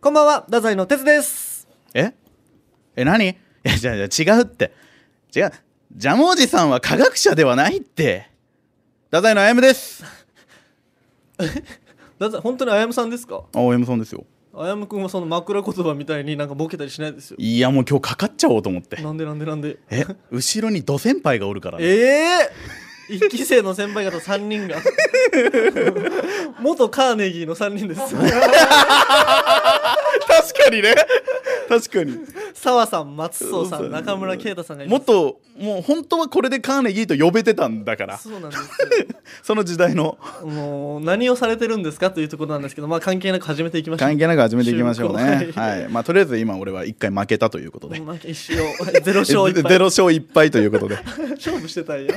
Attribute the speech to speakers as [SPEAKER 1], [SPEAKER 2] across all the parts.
[SPEAKER 1] こんばんは、太宰の哲です。
[SPEAKER 2] ええ何いやじゃあじゃあ違うって違うジャムおじさんは科学者ではないって太宰のあやむです
[SPEAKER 1] 太宰、本当にあやむさんですか
[SPEAKER 2] あおやむさんですよ
[SPEAKER 1] あやむくんはその枕言葉みたいになんかボケたりしないですよ。
[SPEAKER 2] いやもう今日かかっちゃおうと思って
[SPEAKER 1] なんでなんでなんで。
[SPEAKER 2] え後ろにド先輩がおるから、ね、
[SPEAKER 1] ええー、 一期生の先輩方3人が 元カーネギーの3人 です
[SPEAKER 2] 確かにね確かに
[SPEAKER 1] 澤さん松尾さん中村啓太さんがい
[SPEAKER 2] も
[SPEAKER 1] ま
[SPEAKER 2] っ
[SPEAKER 1] す
[SPEAKER 2] ともう本当はこれでカーネギーと呼べてたんだから
[SPEAKER 1] そうなんですよ
[SPEAKER 2] その時代の
[SPEAKER 1] もう何をされてるんですかというところなんですけどまあ関係なく始めていきましょう
[SPEAKER 2] 関係なく始めていきましょう
[SPEAKER 1] は
[SPEAKER 2] ね
[SPEAKER 1] い
[SPEAKER 2] はいまあとりあえず今俺は1回負けたということで
[SPEAKER 1] もうなんか一生 ゼロ勝1敗
[SPEAKER 2] ゼロ勝1敗ということで
[SPEAKER 1] 勝負してたんや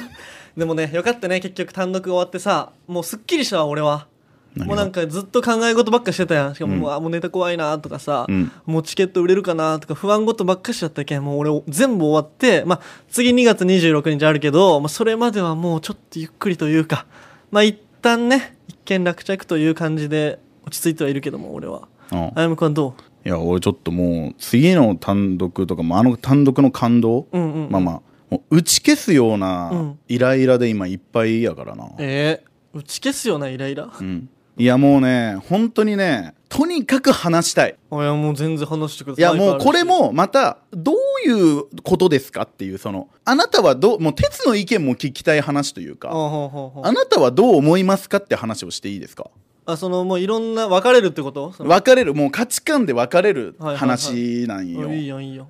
[SPEAKER 1] でもねよかったね結局単独終わってさもうすっきりしたわ俺は
[SPEAKER 2] 何が
[SPEAKER 1] もうなんかずっと考え事ばっかしてたやんしかも
[SPEAKER 2] うん
[SPEAKER 1] もう,あ、もうネタ怖いなとかさ、
[SPEAKER 2] うん
[SPEAKER 1] もうチケット売れるかなとか不安事ばっかしちゃったけんもう俺全部終わって、まあ、次2月26日あるけど、まあ、それまではもうちょっとゆっくりというかまあ一旦ね一見落着という感じで落ち着いてはいるけども俺は
[SPEAKER 2] うん
[SPEAKER 1] あやむくんはど
[SPEAKER 2] いや俺ちょっともう次の単独とかもあの単独の感動、
[SPEAKER 1] ううんうん、うん、
[SPEAKER 2] まあまあもう打ち消すよう
[SPEAKER 1] う
[SPEAKER 2] なんイライラで今いっぱいやからな、
[SPEAKER 1] えー、打ち消すようなイライラ
[SPEAKER 2] うん、いやもうね本当にねとにかく話したい
[SPEAKER 1] あいやもう全然話してくだ
[SPEAKER 2] い
[SPEAKER 1] さい
[SPEAKER 2] やもうこれもまたどういうことですかっていうそのあなたはどうもう鉄の意見も聞きたい話という
[SPEAKER 1] あ
[SPEAKER 2] か
[SPEAKER 1] ほうほうほう
[SPEAKER 2] あなたはどう思いますかって話をしていいですか
[SPEAKER 1] あそのもういろんな別れるってことその
[SPEAKER 2] 分かれるもう価値観で分かれる
[SPEAKER 1] はいはいはい
[SPEAKER 2] 話なんよ、
[SPEAKER 1] あいいよいいよ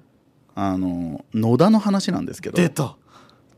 [SPEAKER 2] あの野田の話なんですけど
[SPEAKER 1] 出た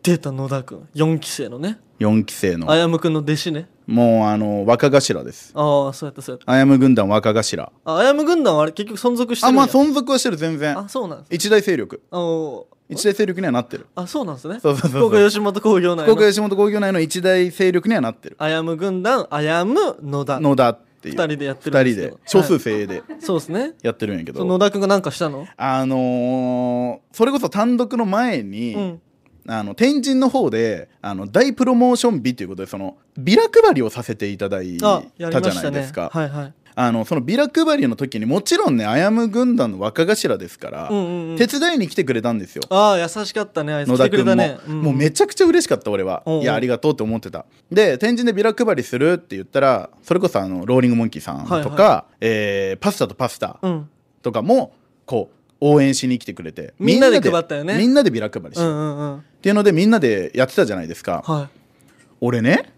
[SPEAKER 1] 出た野田君4期生のね
[SPEAKER 2] 4期生の
[SPEAKER 1] あやむくんの弟子ね
[SPEAKER 2] もうあの若頭です
[SPEAKER 1] ああそうやったそうやっ
[SPEAKER 2] あやむ軍団若頭
[SPEAKER 1] たああやむ軍団はあれ結局存続してる
[SPEAKER 2] あ
[SPEAKER 1] んや
[SPEAKER 2] まあ存続はしてる全然
[SPEAKER 1] あそうなんです
[SPEAKER 2] 一大勢力
[SPEAKER 1] あお
[SPEAKER 2] 一大勢力にはなってる
[SPEAKER 1] あそうなんですね
[SPEAKER 2] そうそうそうそう
[SPEAKER 1] 福岡吉本興業内
[SPEAKER 2] 福
[SPEAKER 1] の
[SPEAKER 2] 岡吉本興業内の一大勢力にはなってる
[SPEAKER 1] あやむ軍団あやむ野田
[SPEAKER 2] 野田っていう
[SPEAKER 1] 二人でやってる
[SPEAKER 2] 2
[SPEAKER 1] んですけ
[SPEAKER 2] 人
[SPEAKER 1] ど
[SPEAKER 2] で少数精鋭で
[SPEAKER 1] そうですね
[SPEAKER 2] やってるんやけ
[SPEAKER 1] そ
[SPEAKER 2] ど、
[SPEAKER 1] の野田君が何かしたの
[SPEAKER 2] あのーそれこそ単独の前に、
[SPEAKER 1] うん
[SPEAKER 2] あの天神の方であの大プロモーション日ということでそのビラ配りをさせていただい
[SPEAKER 1] あ
[SPEAKER 2] たじ
[SPEAKER 1] や
[SPEAKER 2] ゃ
[SPEAKER 1] りまし
[SPEAKER 2] な
[SPEAKER 1] た
[SPEAKER 2] いで
[SPEAKER 1] ね
[SPEAKER 2] すか
[SPEAKER 1] はいはい
[SPEAKER 2] あのそのビラ配りの時にもちろんねあやむ軍団の若頭ですから、
[SPEAKER 1] うんうんうん
[SPEAKER 2] 手伝いに来てくれたんですよ
[SPEAKER 1] ああ優しかったねあいつ
[SPEAKER 2] 野
[SPEAKER 1] 来
[SPEAKER 2] 田
[SPEAKER 1] てく
[SPEAKER 2] 君
[SPEAKER 1] れ
[SPEAKER 2] も、
[SPEAKER 1] たね
[SPEAKER 2] もうめ
[SPEAKER 1] ち
[SPEAKER 2] ちゃくちゃ嬉しかった俺は、
[SPEAKER 1] うんうん
[SPEAKER 2] いやありがとうって思ってたで天神でビラ配りするって言ったらそれこそあのローリングモンキーさんとか、
[SPEAKER 1] はいは
[SPEAKER 2] えーパスタとパスタ
[SPEAKER 1] うん
[SPEAKER 2] とかもこう応援しに来てくれて
[SPEAKER 1] みんなで配ったよね
[SPEAKER 2] みんなでビラ配りして、
[SPEAKER 1] う
[SPEAKER 2] っ
[SPEAKER 1] んうんうん
[SPEAKER 2] ていうのでみんなでやってたじゃないですか
[SPEAKER 1] はい
[SPEAKER 2] 俺ね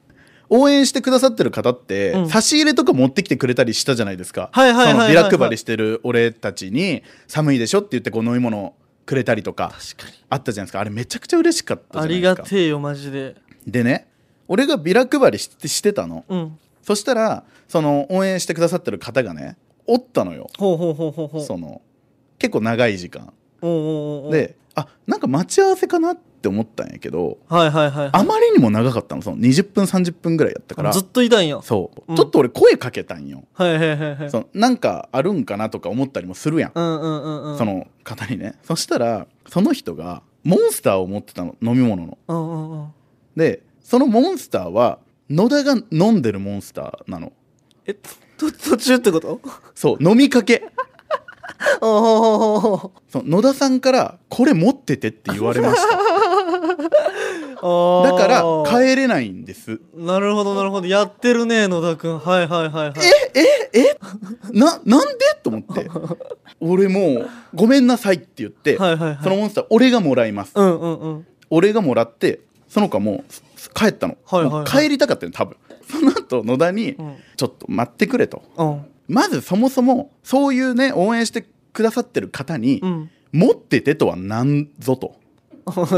[SPEAKER 2] 応援してくださってる方って、
[SPEAKER 1] うん
[SPEAKER 2] 差し入れとか持ってきてくれたりしたじゃないですか、
[SPEAKER 1] はいはいはいはいはい
[SPEAKER 2] そのビラ配りしてる俺たちに寒いでしょって言ってこう飲み物くれたりとか
[SPEAKER 1] 確かに
[SPEAKER 2] あったじゃないですかあれめちゃくちゃ嬉しかったじゃ
[SPEAKER 1] あ
[SPEAKER 2] ない
[SPEAKER 1] り
[SPEAKER 2] です
[SPEAKER 1] が
[SPEAKER 2] か
[SPEAKER 1] てえよマジで
[SPEAKER 2] でね俺がビラ配りしてしてたの
[SPEAKER 1] うん
[SPEAKER 2] そしたらその応援してくださってる方がねおったのよ
[SPEAKER 1] ほうほうほうほうほう
[SPEAKER 2] その結構長い時間
[SPEAKER 1] おうおうおうおう
[SPEAKER 2] であなんか待ち合わせかなって思ったんやけど
[SPEAKER 1] はいはいはい
[SPEAKER 2] あまりにも長かったのその20分30分ぐらいやったから
[SPEAKER 1] ずっといたんやは
[SPEAKER 2] そう、
[SPEAKER 1] うん
[SPEAKER 2] ちょっと俺声かけたんよ、
[SPEAKER 1] いはいはいはい
[SPEAKER 2] そのなんかあるんかなとか思ったりもするやん、
[SPEAKER 1] うんうんうんうん
[SPEAKER 2] その方にねそしたらその人がモンスターを持ってたの飲み物の
[SPEAKER 1] うんうんうん
[SPEAKER 2] でそのモンスターは野田が飲んでるモンスターなの
[SPEAKER 1] えと途中ってこと
[SPEAKER 2] そう飲みかけ
[SPEAKER 1] おうおうおうおう
[SPEAKER 2] そう野田さんから「これ持ってて」って言われました
[SPEAKER 1] お
[SPEAKER 2] だから
[SPEAKER 1] う
[SPEAKER 2] 帰れないんです
[SPEAKER 1] なるほどなるほどやってるね野田くんはいはいはいはい
[SPEAKER 2] ななんでと思って俺もう「ごめんなさい」って言って、
[SPEAKER 1] はいはいはい
[SPEAKER 2] そのモンスター俺がもらいます、
[SPEAKER 1] うんうんうん
[SPEAKER 2] 俺がもらってその子はもうすす帰ったの、
[SPEAKER 1] はいはいはい
[SPEAKER 2] もう帰りたかったの多分その後野田に、
[SPEAKER 1] うん
[SPEAKER 2] ちょっと待ってくれ」と
[SPEAKER 1] うん
[SPEAKER 2] まずそもそもそういうね応援してくださってる方に「
[SPEAKER 1] うん
[SPEAKER 2] 持ってて」とは何ぞと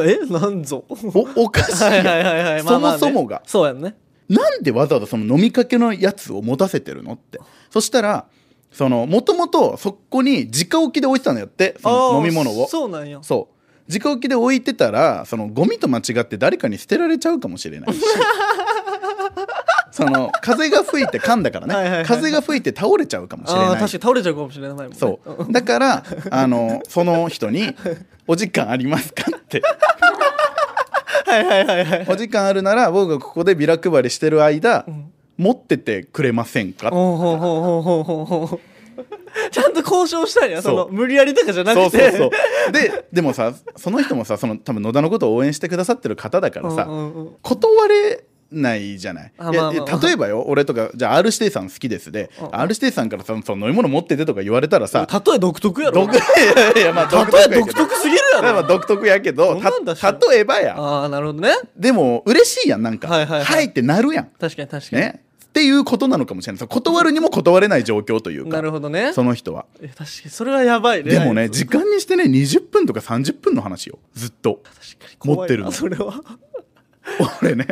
[SPEAKER 1] えなんぞ
[SPEAKER 2] おおかしいや ん
[SPEAKER 1] はいはいはいはいまあまあね
[SPEAKER 2] そもそもが
[SPEAKER 1] そうやんね
[SPEAKER 2] なんでわざわざその飲みかけのやつを持たせてるのってそしたらそのもともとそこに直置きで置いてたのやってそ
[SPEAKER 1] あー
[SPEAKER 2] の飲み物を
[SPEAKER 1] そうなんや
[SPEAKER 2] そう直置きで置いてたらそのゴミと間違って誰かに捨てられちゃうかもし れないしその風が吹いて噛んだからね
[SPEAKER 1] はいはいはい
[SPEAKER 2] 風が吹いて倒れちゃうかもしれ
[SPEAKER 1] ああー
[SPEAKER 2] な
[SPEAKER 1] 確
[SPEAKER 2] い
[SPEAKER 1] かに
[SPEAKER 2] し
[SPEAKER 1] 倒れちゃうかもしれないもんね
[SPEAKER 2] そうだからあのその人に「お時間ありますか?」って
[SPEAKER 1] はいはいはいはい
[SPEAKER 2] お時間あるなら僕がここでビラ配りしてる間、
[SPEAKER 1] ん
[SPEAKER 2] 持っててくれませんか
[SPEAKER 1] ほうほうほうほうほうほうほう ちゃんと交渉したいなそ
[SPEAKER 2] そう
[SPEAKER 1] の無理やりとかじゃな
[SPEAKER 2] そう
[SPEAKER 1] くて
[SPEAKER 2] そうそうででもさその人もさその多分野田のことを応援してくださってる方だからさ、
[SPEAKER 1] うんうんうん
[SPEAKER 2] 断れないじゃない
[SPEAKER 1] あ
[SPEAKER 2] いや
[SPEAKER 1] まあまあ
[SPEAKER 2] いや例えばよ俺とかじゃあ R 指定さん好きですで
[SPEAKER 1] うん
[SPEAKER 2] R 指定さんからさその飲み物持っててとか言われたらさ
[SPEAKER 1] 例え独特やろ
[SPEAKER 2] 独 いやいやまあ独特
[SPEAKER 1] 例
[SPEAKER 2] や
[SPEAKER 1] え
[SPEAKER 2] けど
[SPEAKER 1] 独特すぎるや
[SPEAKER 2] まあまあ
[SPEAKER 1] ろ
[SPEAKER 2] 独特やけ
[SPEAKER 1] そ
[SPEAKER 2] ど
[SPEAKER 1] んなんだした
[SPEAKER 2] 例えばや
[SPEAKER 1] ああなるほどね
[SPEAKER 2] でも嬉しいやんなんか「
[SPEAKER 1] はいはいはい
[SPEAKER 2] ってなるやん
[SPEAKER 1] 確かに確かに、
[SPEAKER 2] ねっていうことなのかもしれないそう断るにも断れない状況という
[SPEAKER 1] な
[SPEAKER 2] か
[SPEAKER 1] るほどね
[SPEAKER 2] その人は。
[SPEAKER 1] え確かにそれはやばいね
[SPEAKER 2] でもね時間にしてね20分とか30分の話よずっ と
[SPEAKER 1] 確かに怖いな
[SPEAKER 2] 持ってるの
[SPEAKER 1] それは
[SPEAKER 2] 俺ね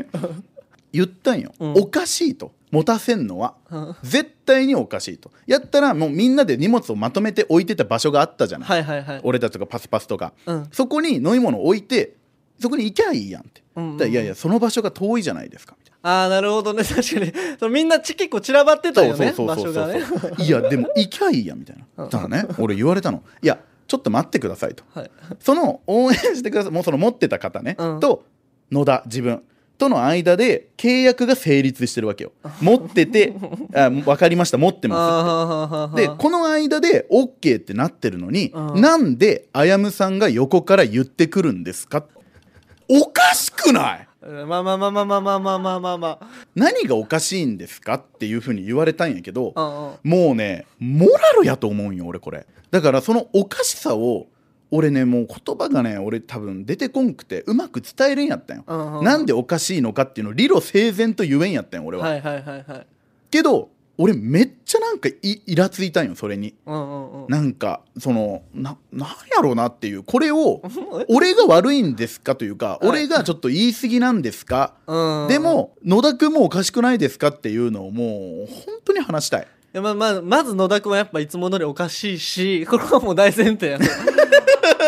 [SPEAKER 2] 言ったんよ、
[SPEAKER 1] うん
[SPEAKER 2] おかしいと持たせんのは
[SPEAKER 1] うんは
[SPEAKER 2] 絶対におかしいとやったらもうみんなで荷物をまとめて置いてた場所があったじゃない、
[SPEAKER 1] いはいはい
[SPEAKER 2] 俺たちとかパスパスとか、
[SPEAKER 1] うん
[SPEAKER 2] そこに飲み物置いてそこに行きゃいいやんって、
[SPEAKER 1] うんうんうん
[SPEAKER 2] だからいやいやその場所が遠いじゃないですかみたい
[SPEAKER 1] ああなるほどね 確かにそのみんなち結構散らばってた
[SPEAKER 2] な
[SPEAKER 1] よね
[SPEAKER 2] そうそうそうそう
[SPEAKER 1] 場所がね
[SPEAKER 2] そう いやでも行きゃいいやんみたいなだからね俺言われたのいやちょっと待ってくださ いと
[SPEAKER 1] はい
[SPEAKER 2] その応援してくださいもうその持ってた方ね、
[SPEAKER 1] うん
[SPEAKER 2] と野田自分との間で契約が成立してるわけ よ持っててあ分かりました持ってます
[SPEAKER 1] ああ
[SPEAKER 2] でこの間で OK ってなってるのに、
[SPEAKER 1] うん
[SPEAKER 2] なんであやむさんが横から言ってくるんですかおかしくない
[SPEAKER 1] まあまあまあまあまあまあまあまあまあま
[SPEAKER 2] 何がおかしいんですかっていうふうに言われたんやけど、
[SPEAKER 1] あうんうん
[SPEAKER 2] もうねモラルやと思うんよ俺これだからそのおかしさを俺ねもう言葉がね俺多分出てこんくてうまく伝えれんやったんよ、
[SPEAKER 1] うんうん
[SPEAKER 2] なんでおかしいのかっていうのを理路整然と言えんやったんよ俺は、
[SPEAKER 1] はいはいはいはい
[SPEAKER 2] けど俺めっちゃなんかいイラついたんよそれに
[SPEAKER 1] うんうんうん
[SPEAKER 2] なんかそのななんやろうなっていうこれを
[SPEAKER 1] うん
[SPEAKER 2] 俺が悪いんですかというか
[SPEAKER 1] はい
[SPEAKER 2] 俺がちょっと言い過ぎなんですか
[SPEAKER 1] うん
[SPEAKER 2] でも野田君もおかしくないですかっていうのをもう本当に話したい
[SPEAKER 1] いやまあまあまず野田君はやっぱいつも通りおかしいし これはもう大前提や ね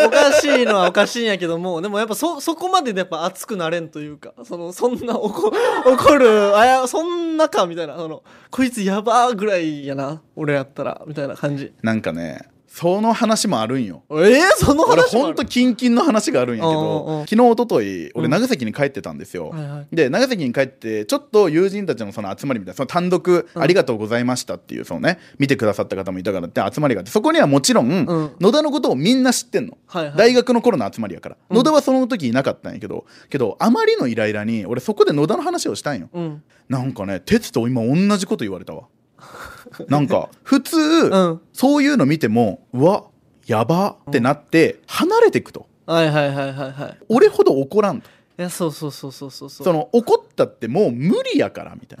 [SPEAKER 1] おかしいのはおかしいんやけどもでもやっぱそそこまででやっぱ熱くなれんというかそのそんな怒怒るあやそんなかみたいなそのこいつやばーぐらいやな俺やったらみたいな感じ
[SPEAKER 2] なんかねその話もあるんよ
[SPEAKER 1] えー、その
[SPEAKER 2] 俺
[SPEAKER 1] 話も
[SPEAKER 2] ほ
[SPEAKER 1] あ
[SPEAKER 2] ん
[SPEAKER 1] る
[SPEAKER 2] とキンキンの話があるんやけ
[SPEAKER 1] うんうんう
[SPEAKER 2] ど
[SPEAKER 1] ん
[SPEAKER 2] 昨日おととい
[SPEAKER 1] うん
[SPEAKER 2] 俺長崎に帰ってたんですよ、
[SPEAKER 1] はいはい
[SPEAKER 2] で長崎に帰ってちょっと友人たちのその集まりみたいなその単独「
[SPEAKER 1] ん
[SPEAKER 2] ありがとうございました」っていうそのね見てくださった方もいたからって集まりがあってそこにはもちろん、
[SPEAKER 1] ん
[SPEAKER 2] 野田のことをみんな知ってんの、
[SPEAKER 1] はいはい
[SPEAKER 2] 大学の頃の集まりやから、
[SPEAKER 1] うん
[SPEAKER 2] 野田はその時いなかったんやけどけどあまりのイライラに俺そこで野田の話をしたんよ
[SPEAKER 1] うん
[SPEAKER 2] なんかね哲と今同じこと言われたわな んか普通、
[SPEAKER 1] うん
[SPEAKER 2] そういうの見てもうわやばってなって離れていくと
[SPEAKER 1] はいはいはいはいはい
[SPEAKER 2] 俺ほど怒らんと
[SPEAKER 1] いやそうそうそうそうそうそう
[SPEAKER 2] その怒ったってもう無理やからみたい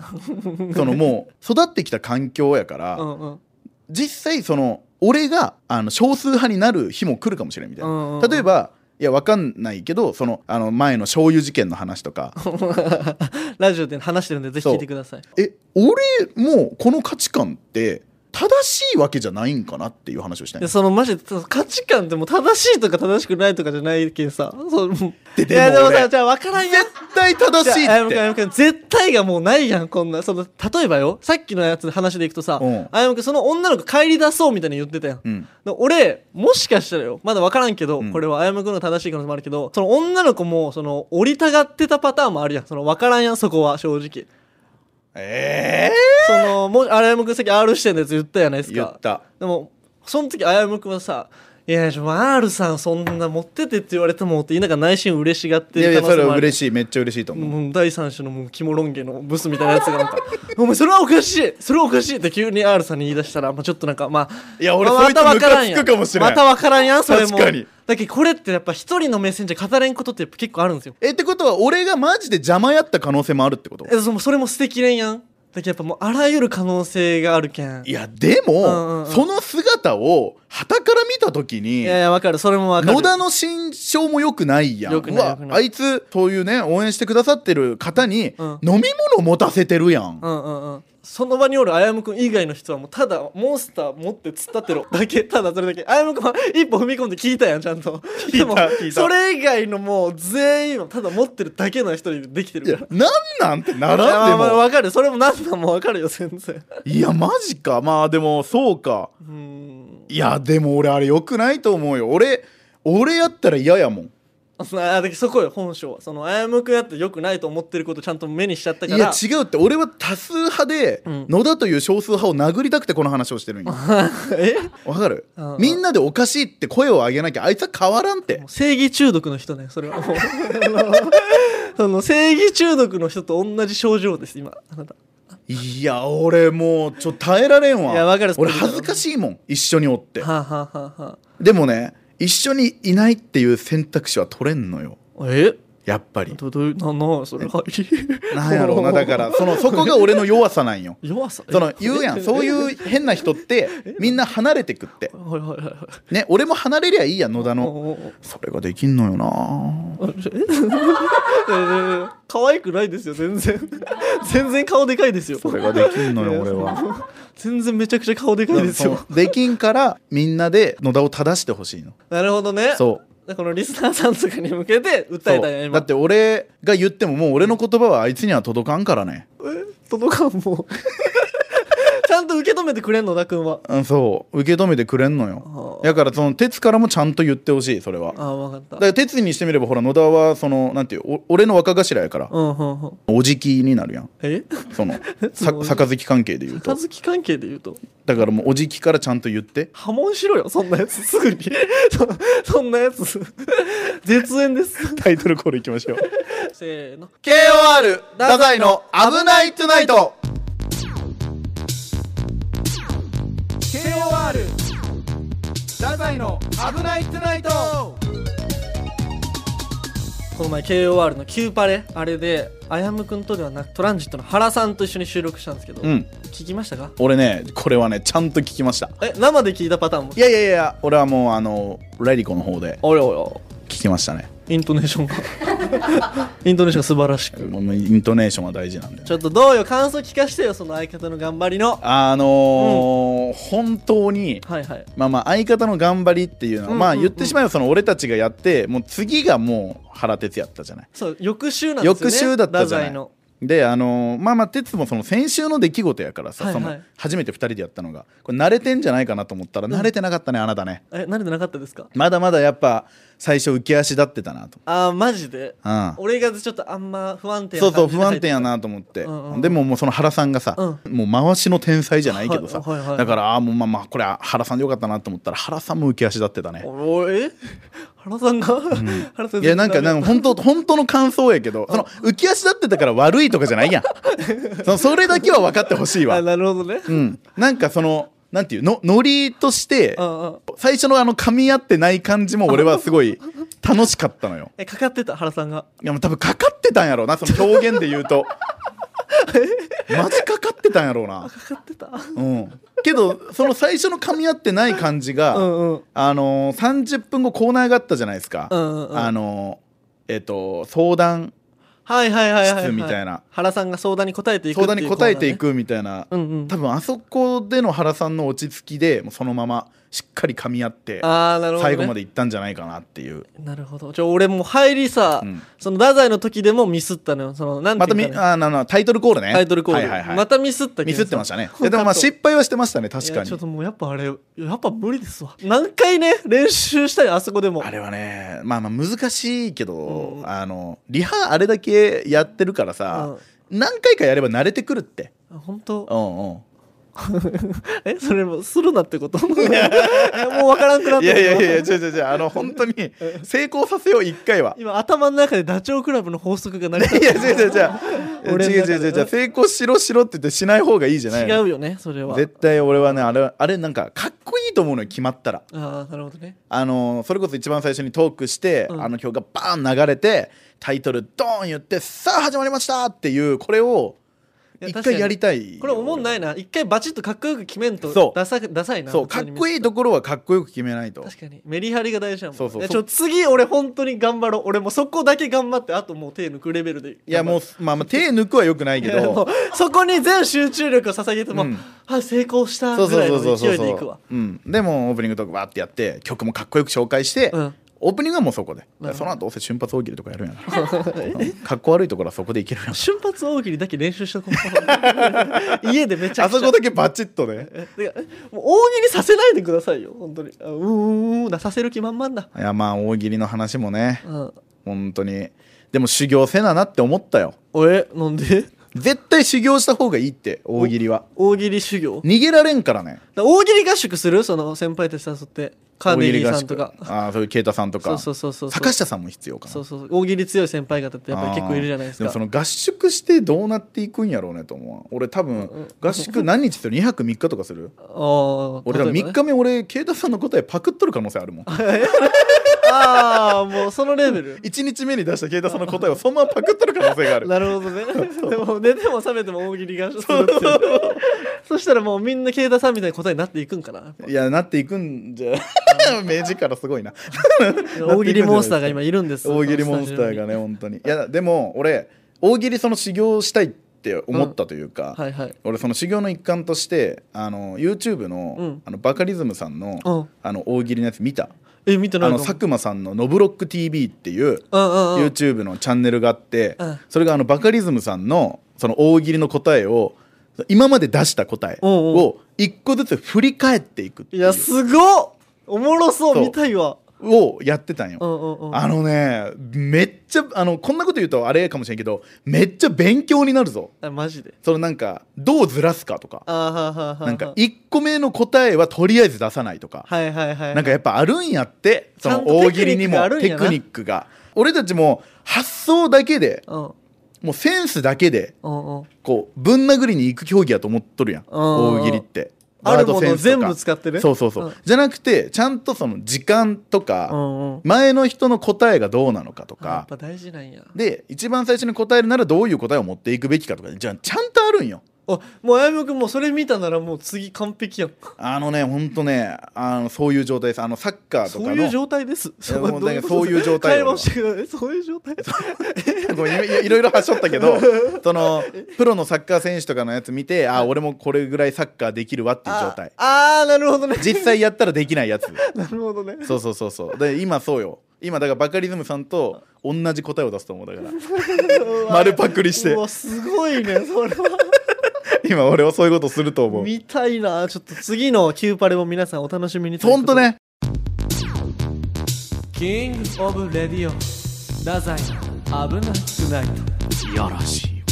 [SPEAKER 2] なそのもう育ってきた環境やから、
[SPEAKER 1] うんうん
[SPEAKER 2] 実際その俺があの少数派になる日も来るかもしれんみたいな、
[SPEAKER 1] うんうんうん
[SPEAKER 2] 例えばいやわかんないけどそのあの前の醤油事件の話とか
[SPEAKER 1] ラジオで話してるんでぜひ聞いてください
[SPEAKER 2] え俺もうこの価値観って正しいわけじゃないんかなっていう話をしたい
[SPEAKER 1] いやそのマジでその価値観ってもう正しいとか正しくないとかじゃないけんさそうもう
[SPEAKER 2] ででも
[SPEAKER 1] いやでも
[SPEAKER 2] 俺
[SPEAKER 1] さじゃあ分からんやん
[SPEAKER 2] 絶対正しい
[SPEAKER 1] じゃああや
[SPEAKER 2] っ
[SPEAKER 1] むくんあ
[SPEAKER 2] て
[SPEAKER 1] やむくん絶対がもうないやんこんなその例えばよさっきのやつの話でいくとさ、
[SPEAKER 2] うん
[SPEAKER 1] あやむくんその女の子帰り出そうみたいに言ってたやん、
[SPEAKER 2] うん
[SPEAKER 1] で俺もしかしたらよまだ分からんけど、
[SPEAKER 2] うん
[SPEAKER 1] これはあやむくんの正しい可能性もあるけどその女の子もその折りたがってたパターンもあるやんその分からんやんそこは正直
[SPEAKER 2] ええ
[SPEAKER 1] そのもしあやむくんさっき R 視点のやつ言ったじゃないですか
[SPEAKER 2] 言った
[SPEAKER 1] でもその時あやむくんはさ「いやちょ R さんそんな持ってて」って言われてもって言いながら内心嬉しがっ
[SPEAKER 2] い
[SPEAKER 1] て
[SPEAKER 2] やい
[SPEAKER 1] る
[SPEAKER 2] や
[SPEAKER 1] 可能
[SPEAKER 2] そ
[SPEAKER 1] 性
[SPEAKER 2] れ
[SPEAKER 1] も
[SPEAKER 2] は
[SPEAKER 1] ある
[SPEAKER 2] 嬉しいめっちゃ嬉しいと思う、
[SPEAKER 1] もう第三種のもうキモロン毛のブスみたいなやつがなんか「お前それはおかしいそれはおかしい」って急に R さんに言い出したら、まあ、ちょっとなんかまあ
[SPEAKER 2] いや俺
[SPEAKER 1] まあ
[SPEAKER 2] そいつ
[SPEAKER 1] またわからん
[SPEAKER 2] ム
[SPEAKER 1] や
[SPEAKER 2] カつくかもしれん
[SPEAKER 1] またわからんやんそれも
[SPEAKER 2] 確かに
[SPEAKER 1] だけどこれってやっぱ一人の目線じゃ語れんことってやっぱ結構あるんですよ
[SPEAKER 2] えってことは俺がマジで邪魔やった可能性もあるってこと
[SPEAKER 1] えそそれも捨てきれんやんだけどやっぱもうあらゆる可能性があるけん
[SPEAKER 2] いやでも、
[SPEAKER 1] うんうんうん
[SPEAKER 2] その姿を傍から見た時に
[SPEAKER 1] いやいやわかるそれもわかる
[SPEAKER 2] 野田の心象も良くないやん
[SPEAKER 1] 良くないう良
[SPEAKER 2] わ
[SPEAKER 1] くない
[SPEAKER 2] あいつそういうね応援してくださってる方に、
[SPEAKER 1] ん
[SPEAKER 2] 飲み物持たせてるやん、
[SPEAKER 1] うんうんうんその場におるあやむくん以外の人はもうただモンスター持って突っ立ってるだけただそれだけあやむくんは一歩踏み込んで聞いたやんちゃんと
[SPEAKER 2] 聞いた
[SPEAKER 1] でも
[SPEAKER 2] 聞いた
[SPEAKER 1] それ以外のもう全員はただ持ってるだけの一人でできて
[SPEAKER 2] い
[SPEAKER 1] る
[SPEAKER 2] や
[SPEAKER 1] から
[SPEAKER 2] なんなんってな
[SPEAKER 1] あ
[SPEAKER 2] らんで
[SPEAKER 1] まあ
[SPEAKER 2] も
[SPEAKER 1] わかるそれも何なんもわかるよ全然
[SPEAKER 2] いやマジかまあでもそうか
[SPEAKER 1] うーん
[SPEAKER 2] いやでも俺あれ良くないと思うよ俺俺やったら嫌やもん
[SPEAKER 1] あだけどそこよ本性はそのあやむくんやってよくないと思ってることちゃんと目にしちゃった
[SPEAKER 2] い
[SPEAKER 1] から
[SPEAKER 2] や違うって俺は多数派で、
[SPEAKER 1] うん
[SPEAKER 2] 野田という少数派を殴りたくてこの話をしてるんよ
[SPEAKER 1] え
[SPEAKER 2] わかる、
[SPEAKER 1] うんうん
[SPEAKER 2] みんなでおかしいって声を上げなきゃあいつは変わらんって
[SPEAKER 1] もう正義中毒の人ねそれはもう あのその正義中毒の人と同じ症状です今あなた
[SPEAKER 2] いや俺もうちょっと耐えられんわ
[SPEAKER 1] いやわかる
[SPEAKER 2] 俺恥ずかしいもん一緒におって
[SPEAKER 1] はあ、はあはあは
[SPEAKER 2] でもね一緒にいないっていう選択肢は取れんのよ
[SPEAKER 1] あ、え
[SPEAKER 2] やっぱり
[SPEAKER 1] どどういうななそれは
[SPEAKER 2] なんやろうなだからそのそこが俺の弱さなんよ
[SPEAKER 1] 弱さ
[SPEAKER 2] その言うやんそう
[SPEAKER 1] う
[SPEAKER 2] いう変な人ってみんな離れてくって
[SPEAKER 1] はいはいはいはい
[SPEAKER 2] ね俺も離れりゃいいや野田の
[SPEAKER 1] おうおう
[SPEAKER 2] それができんのよな
[SPEAKER 1] おうえ えー可愛くないですよ全然 全然顔でかいですよ
[SPEAKER 2] それができんのよ俺
[SPEAKER 1] いや
[SPEAKER 2] は
[SPEAKER 1] その全然めちゃくちゃ顔でかいですよ
[SPEAKER 2] そうできんからみんなで野田を正してほしいの
[SPEAKER 1] なるほどね
[SPEAKER 2] そう
[SPEAKER 1] うこのリスナーさんとかに向けて訴えたんや
[SPEAKER 2] そう
[SPEAKER 1] 今
[SPEAKER 2] だって俺が言ってももう俺の言葉はあいつには届かんからね
[SPEAKER 1] え届かんもう ちゃんと受け止めてくれんのだくんは
[SPEAKER 2] うんそう受け止めてくれんのよ
[SPEAKER 1] あー
[SPEAKER 2] だからその哲からもちゃんと言ってほしいそれはだ
[SPEAKER 1] あ分かった
[SPEAKER 2] から哲にしてみればほら野田はそのなんていうお俺の若頭やから
[SPEAKER 1] うんうんうん
[SPEAKER 2] おじきになるやん
[SPEAKER 1] え
[SPEAKER 2] その
[SPEAKER 1] そ
[SPEAKER 2] さ
[SPEAKER 1] の
[SPEAKER 2] 杯関係で言う
[SPEAKER 1] 片
[SPEAKER 2] と
[SPEAKER 1] 付き関係で言うと
[SPEAKER 2] だからもうおじきからちゃんと言って
[SPEAKER 1] 破門しろよそんなやつす ぐにそそんなやつ 絶縁です
[SPEAKER 2] タイトルコールいきましょう
[SPEAKER 1] せーの
[SPEAKER 2] KOR 太宰の「危ないトゥナイト」
[SPEAKER 1] KOR
[SPEAKER 2] 太宰の「危ないトゥナイト
[SPEAKER 1] この前 KOR のキューパレあれであやむくんとではなくトランジットの原さんと一緒に収録したんですけど、」
[SPEAKER 2] うん
[SPEAKER 1] 聞きましたか
[SPEAKER 2] 俺ねこれはねちゃんと聞きました
[SPEAKER 1] え生で聞いたパターンも
[SPEAKER 2] いやいやいや俺はもうあのレディコの方で
[SPEAKER 1] おやお
[SPEAKER 2] 聞きましたね
[SPEAKER 1] やイントネーションが イントネーションが素晴らしく
[SPEAKER 2] もうイントネーションは大事なんで
[SPEAKER 1] ちょっとどうよ感想聞かしてよその相方の頑張りの
[SPEAKER 2] あのー本当に
[SPEAKER 1] はいはい
[SPEAKER 2] まあまあ相方の頑張りっていうの
[SPEAKER 1] うんう
[SPEAKER 2] は、
[SPEAKER 1] んうん
[SPEAKER 2] まあ言ってしまえばその俺たちがやってもう次がもう原哲也だったじゃない
[SPEAKER 1] そう翌週なんですよね
[SPEAKER 2] 翌週だったじゃない
[SPEAKER 1] 太宰の
[SPEAKER 2] であのーまあまあ哲もその先週の出来事やからさ、
[SPEAKER 1] はいはい
[SPEAKER 2] その初めて2人でやったのがこれ慣れてんじゃないかなと思ったら
[SPEAKER 1] ん
[SPEAKER 2] 慣れてなかったね、あなたね
[SPEAKER 1] え慣れてなかったですか
[SPEAKER 2] まだまだやっぱ最初浮き足立ってたなと、
[SPEAKER 1] あーマジで
[SPEAKER 2] うん、
[SPEAKER 1] 俺がちょっとあんま不安定な
[SPEAKER 2] そうそう
[SPEAKER 1] 感じで
[SPEAKER 2] 不
[SPEAKER 1] 入
[SPEAKER 2] 安
[SPEAKER 1] っ
[SPEAKER 2] 定やなと思って、
[SPEAKER 1] うんうんうん
[SPEAKER 2] でももうその原さんがさ、
[SPEAKER 1] う
[SPEAKER 2] もう回しの天才じゃないけどさ、
[SPEAKER 1] はいはいはい
[SPEAKER 2] だからああもうまあまあこれは原さんでよかったなと思ったら原さんも浮き足立ってた ね
[SPEAKER 1] おおえ原さんが、原さん
[SPEAKER 2] いやなんかなん
[SPEAKER 1] か
[SPEAKER 2] か 本当本当の感想やけどその浮き足立ってたから悪いとかじゃ ないやんそのそれだけは分かってほしい
[SPEAKER 1] あ
[SPEAKER 2] わ、
[SPEAKER 1] なるほどね、
[SPEAKER 2] うん、なんかそのなんていうのノリとして
[SPEAKER 1] うんうん
[SPEAKER 2] 最初のあの噛み合ってない感じも俺はすご い楽しかったのよ
[SPEAKER 1] えかかってた原さんが
[SPEAKER 2] いやもう多分かかってたんやろうなその表現で言 うとマジかかってたんやろうな
[SPEAKER 1] かかってた
[SPEAKER 2] うん、けどその最初の噛み合ってない感じが、
[SPEAKER 1] うんうん
[SPEAKER 2] あのー、30分後コーナーがあったじゃないですか、
[SPEAKER 1] うんうんうん
[SPEAKER 2] あのーえっ、と相談
[SPEAKER 1] はいはいはいはい、は
[SPEAKER 2] 質みたいな
[SPEAKER 1] 原さんが相談に答えていく
[SPEAKER 2] 相談に答えてい
[SPEAKER 1] く
[SPEAKER 2] くみたいな、
[SPEAKER 1] うんうん
[SPEAKER 2] 多分あそこでの原さんの落ち着きでもうそのまましっかり噛み合って、
[SPEAKER 1] ああなるほど、ね、
[SPEAKER 2] 最後までいったんじゃないかなっていう。
[SPEAKER 1] なるほどじゃあ俺もう入りさ、
[SPEAKER 2] うん
[SPEAKER 1] その太宰の時でもミスったのよそのなん
[SPEAKER 2] ま
[SPEAKER 1] て
[SPEAKER 2] た
[SPEAKER 1] い
[SPEAKER 2] み
[SPEAKER 1] うか、ね
[SPEAKER 2] あななタイトルコールね
[SPEAKER 1] タイトルコール、
[SPEAKER 2] はいはいはい
[SPEAKER 1] またミスったけどさ
[SPEAKER 2] ミスってましたねいやでもまあ失敗はしてましたね確
[SPEAKER 1] い
[SPEAKER 2] か
[SPEAKER 1] や
[SPEAKER 2] に
[SPEAKER 1] ちょっともうやっぱあれやっぱ無理ですわ何回ね練習したよあそこでも
[SPEAKER 2] あれはねまあまあ難しいけど、
[SPEAKER 1] うん
[SPEAKER 2] あのリハあれだけやってるからさ、何回かやれば慣れてくるって
[SPEAKER 1] あ本当
[SPEAKER 2] うんうん
[SPEAKER 1] えそれもするなってこと えもうわからんくなっ
[SPEAKER 2] い
[SPEAKER 1] て
[SPEAKER 2] やいやいや違う違う違うあの本当に成功させよう一回は
[SPEAKER 1] 今頭の中でダチョウ倶楽部の法則が成り立
[SPEAKER 2] い
[SPEAKER 1] っ
[SPEAKER 2] や違う違う違う
[SPEAKER 1] 俺の中で
[SPEAKER 2] 違う違う違う違う成功しろしろって言ってしない方がいいじゃない
[SPEAKER 1] て違うよねそれは
[SPEAKER 2] 絶対俺はねあれあれなんかかっこいいと思うのよ決まったら
[SPEAKER 1] ああなるほどね
[SPEAKER 2] あのそれこそ一番最初にトークして、
[SPEAKER 1] うん
[SPEAKER 2] あの曲がバーン流れてタイトルドーン言ってさあ始まりましたっていうこれを
[SPEAKER 1] いや
[SPEAKER 2] 一
[SPEAKER 1] 確かに
[SPEAKER 2] 回やりたい
[SPEAKER 1] これおもんないいな一回バチッとかっこよく決めんと
[SPEAKER 2] そう
[SPEAKER 1] ダサダサいな
[SPEAKER 2] そうかっこい
[SPEAKER 1] い
[SPEAKER 2] いところはかっこよく決めないと
[SPEAKER 1] 確かにメリハリが大事だもん
[SPEAKER 2] そうそう
[SPEAKER 1] いやちょ次俺本当に頑張ろう俺もうそこだけ頑張ってあともう手抜くレベルでい
[SPEAKER 2] いやもうまあまあ手抜くはよくないけ
[SPEAKER 1] いや も
[SPEAKER 2] ど
[SPEAKER 1] うそこに全集中力を捧げても、
[SPEAKER 2] うん
[SPEAKER 1] あ成功した
[SPEAKER 2] そう
[SPEAKER 1] ぐ
[SPEAKER 2] そ
[SPEAKER 1] らい
[SPEAKER 2] うそ
[SPEAKER 1] の
[SPEAKER 2] うそうそ
[SPEAKER 1] 勢
[SPEAKER 2] う
[SPEAKER 1] いでいくわ
[SPEAKER 2] うんでもオープニングトークバーってやって曲もかっこよく紹介して、
[SPEAKER 1] うん
[SPEAKER 2] オープニングはもうそこで
[SPEAKER 1] なるほど
[SPEAKER 2] その後どうせ瞬発大喜利とかやるん やな、うん、かっこ悪いところはそこでいけるやん
[SPEAKER 1] 瞬発大喜利だけ練習しとこう家でめちゃ
[SPEAKER 2] あ
[SPEAKER 1] くちゃ
[SPEAKER 2] そこだけバチッとね
[SPEAKER 1] えてかもう大喜利させないでくださいよ本当にあうーんうーんなさせる気満々だ
[SPEAKER 2] いやまあ大喜利の話もね
[SPEAKER 1] うん
[SPEAKER 2] 本当にでも修行せななって思ったよ
[SPEAKER 1] おえなんで
[SPEAKER 2] 絶対修行した方がいいって大喜利は
[SPEAKER 1] 大喜利修行
[SPEAKER 2] 逃げられんからね
[SPEAKER 1] だ大喜利合宿するその先輩たち誘ってカーネギーさんとか
[SPEAKER 2] 大喜利合宿ああそういう啓太さんと
[SPEAKER 1] そう
[SPEAKER 2] か
[SPEAKER 1] そうそうそう
[SPEAKER 2] 坂下さんも必要かな
[SPEAKER 1] そうそうそう大喜利強い先輩方ってやっぱり結構いるじゃないです
[SPEAKER 2] あ
[SPEAKER 1] か
[SPEAKER 2] ーもその合宿してどうなっていくんやろうねと思う俺多分合宿何日する2泊3日とかする
[SPEAKER 1] ああ
[SPEAKER 2] 俺多分3日目俺啓太さんの答えパクっとる可能性あるもん
[SPEAKER 1] ああもうそのレベル
[SPEAKER 2] 1日目に出した啓太さんの答えをそのままパクっとる可能性があ る
[SPEAKER 1] なるほどねでも寝ても覚めても大喜利がするっていう そしたらもうみんな慶太さんみたいな答えになっていくんかない
[SPEAKER 2] やなっていくんじゃ 明治からすごいな
[SPEAKER 1] 大喜利モンスターが今いるんです
[SPEAKER 2] 大喜利モンスターがね本当にいやでも俺大喜利その修行したいって思ったというか、
[SPEAKER 1] はいはい
[SPEAKER 2] 俺その修行の一環としてあの YouTube の,、
[SPEAKER 1] うん
[SPEAKER 2] あのバカリズムさんの,、
[SPEAKER 1] うん
[SPEAKER 2] あの大喜利のやつ見た
[SPEAKER 1] え見て
[SPEAKER 2] あ
[SPEAKER 1] ないか
[SPEAKER 2] の
[SPEAKER 1] も
[SPEAKER 2] 佐久間さんの「ノブロック TV」っていう
[SPEAKER 1] うんうんうん
[SPEAKER 2] YouTube のチャンネルがあって、
[SPEAKER 1] うん
[SPEAKER 2] それがあのバカリズムさんのその大喜利の答えを今まで出した答え
[SPEAKER 1] おうお
[SPEAKER 2] を一個ずつ振り返っていくって
[SPEAKER 1] い
[SPEAKER 2] いう
[SPEAKER 1] やすごっおもろそう
[SPEAKER 2] そう
[SPEAKER 1] 見たいわ
[SPEAKER 2] をやってたんよ
[SPEAKER 1] う。んうんうん
[SPEAKER 2] あのねめっちゃあのこんなこと言うとあれかもしれんけどめっちゃ勉強になるぞ
[SPEAKER 1] あマジで
[SPEAKER 2] そのなんかどうずらすかとか
[SPEAKER 1] あーはーはーはーはー
[SPEAKER 2] なんか1個目の答えはとりあえず出さないとか
[SPEAKER 1] はいはいはい
[SPEAKER 2] なんかやっぱあるんやってそ
[SPEAKER 1] ちゃ
[SPEAKER 2] の
[SPEAKER 1] んと
[SPEAKER 2] 大喜利にも
[SPEAKER 1] テクニックがあるん
[SPEAKER 2] テ
[SPEAKER 1] やな
[SPEAKER 2] クニックが俺たちも発想だけで
[SPEAKER 1] うんうん
[SPEAKER 2] もうセンスだけで
[SPEAKER 1] うん
[SPEAKER 2] こうぶん殴りに行く競技やと思っとるやん
[SPEAKER 1] うん
[SPEAKER 2] 大喜利って
[SPEAKER 1] あるもの
[SPEAKER 2] ワードセ
[SPEAKER 1] を
[SPEAKER 2] ンスと
[SPEAKER 1] 全
[SPEAKER 2] か
[SPEAKER 1] 部使ってね
[SPEAKER 2] そうそうそう、
[SPEAKER 1] うん
[SPEAKER 2] じゃなくてちゃんとその時間と
[SPEAKER 1] う
[SPEAKER 2] か、
[SPEAKER 1] んうん
[SPEAKER 2] 前の人の答えがどうなのかと
[SPEAKER 1] あやっ
[SPEAKER 2] か
[SPEAKER 1] ぱ大事なんや
[SPEAKER 2] で一番最初に答えるならどういう答えを持っていくべきかとかじゃあちゃんとあるんよ
[SPEAKER 1] あもうあやむくんもうそれ見たならもう次完璧やん
[SPEAKER 2] あのねほんとねあのそういう状態ですあのサッカーと
[SPEAKER 1] そ
[SPEAKER 2] かの
[SPEAKER 1] ういう状態です
[SPEAKER 2] やもう
[SPEAKER 1] ど
[SPEAKER 2] なんか
[SPEAKER 1] こと
[SPEAKER 2] そういう状態
[SPEAKER 1] 会話をしてくださいそういう状態
[SPEAKER 2] ごめんいいろいろはしょった けどそのプロのサッカー選手とかのやつ見てあ俺もこれぐらいサッカーできるわっていう状態
[SPEAKER 1] ああーなるほどね
[SPEAKER 2] 実際やったらできないやつ
[SPEAKER 1] なるほどね
[SPEAKER 2] そうそうそうそうで今そうよ今だからバカリズムさんと同じ答えを出すと思うだから 丸パクリして
[SPEAKER 1] うわすごいねそれ は
[SPEAKER 2] 今俺はそういうことすると思う
[SPEAKER 1] 見たいなちょっと次のキューパレも皆さんお楽しみに
[SPEAKER 2] ほんとね
[SPEAKER 1] キングオブレディオ太宰危なくない
[SPEAKER 2] いやらしい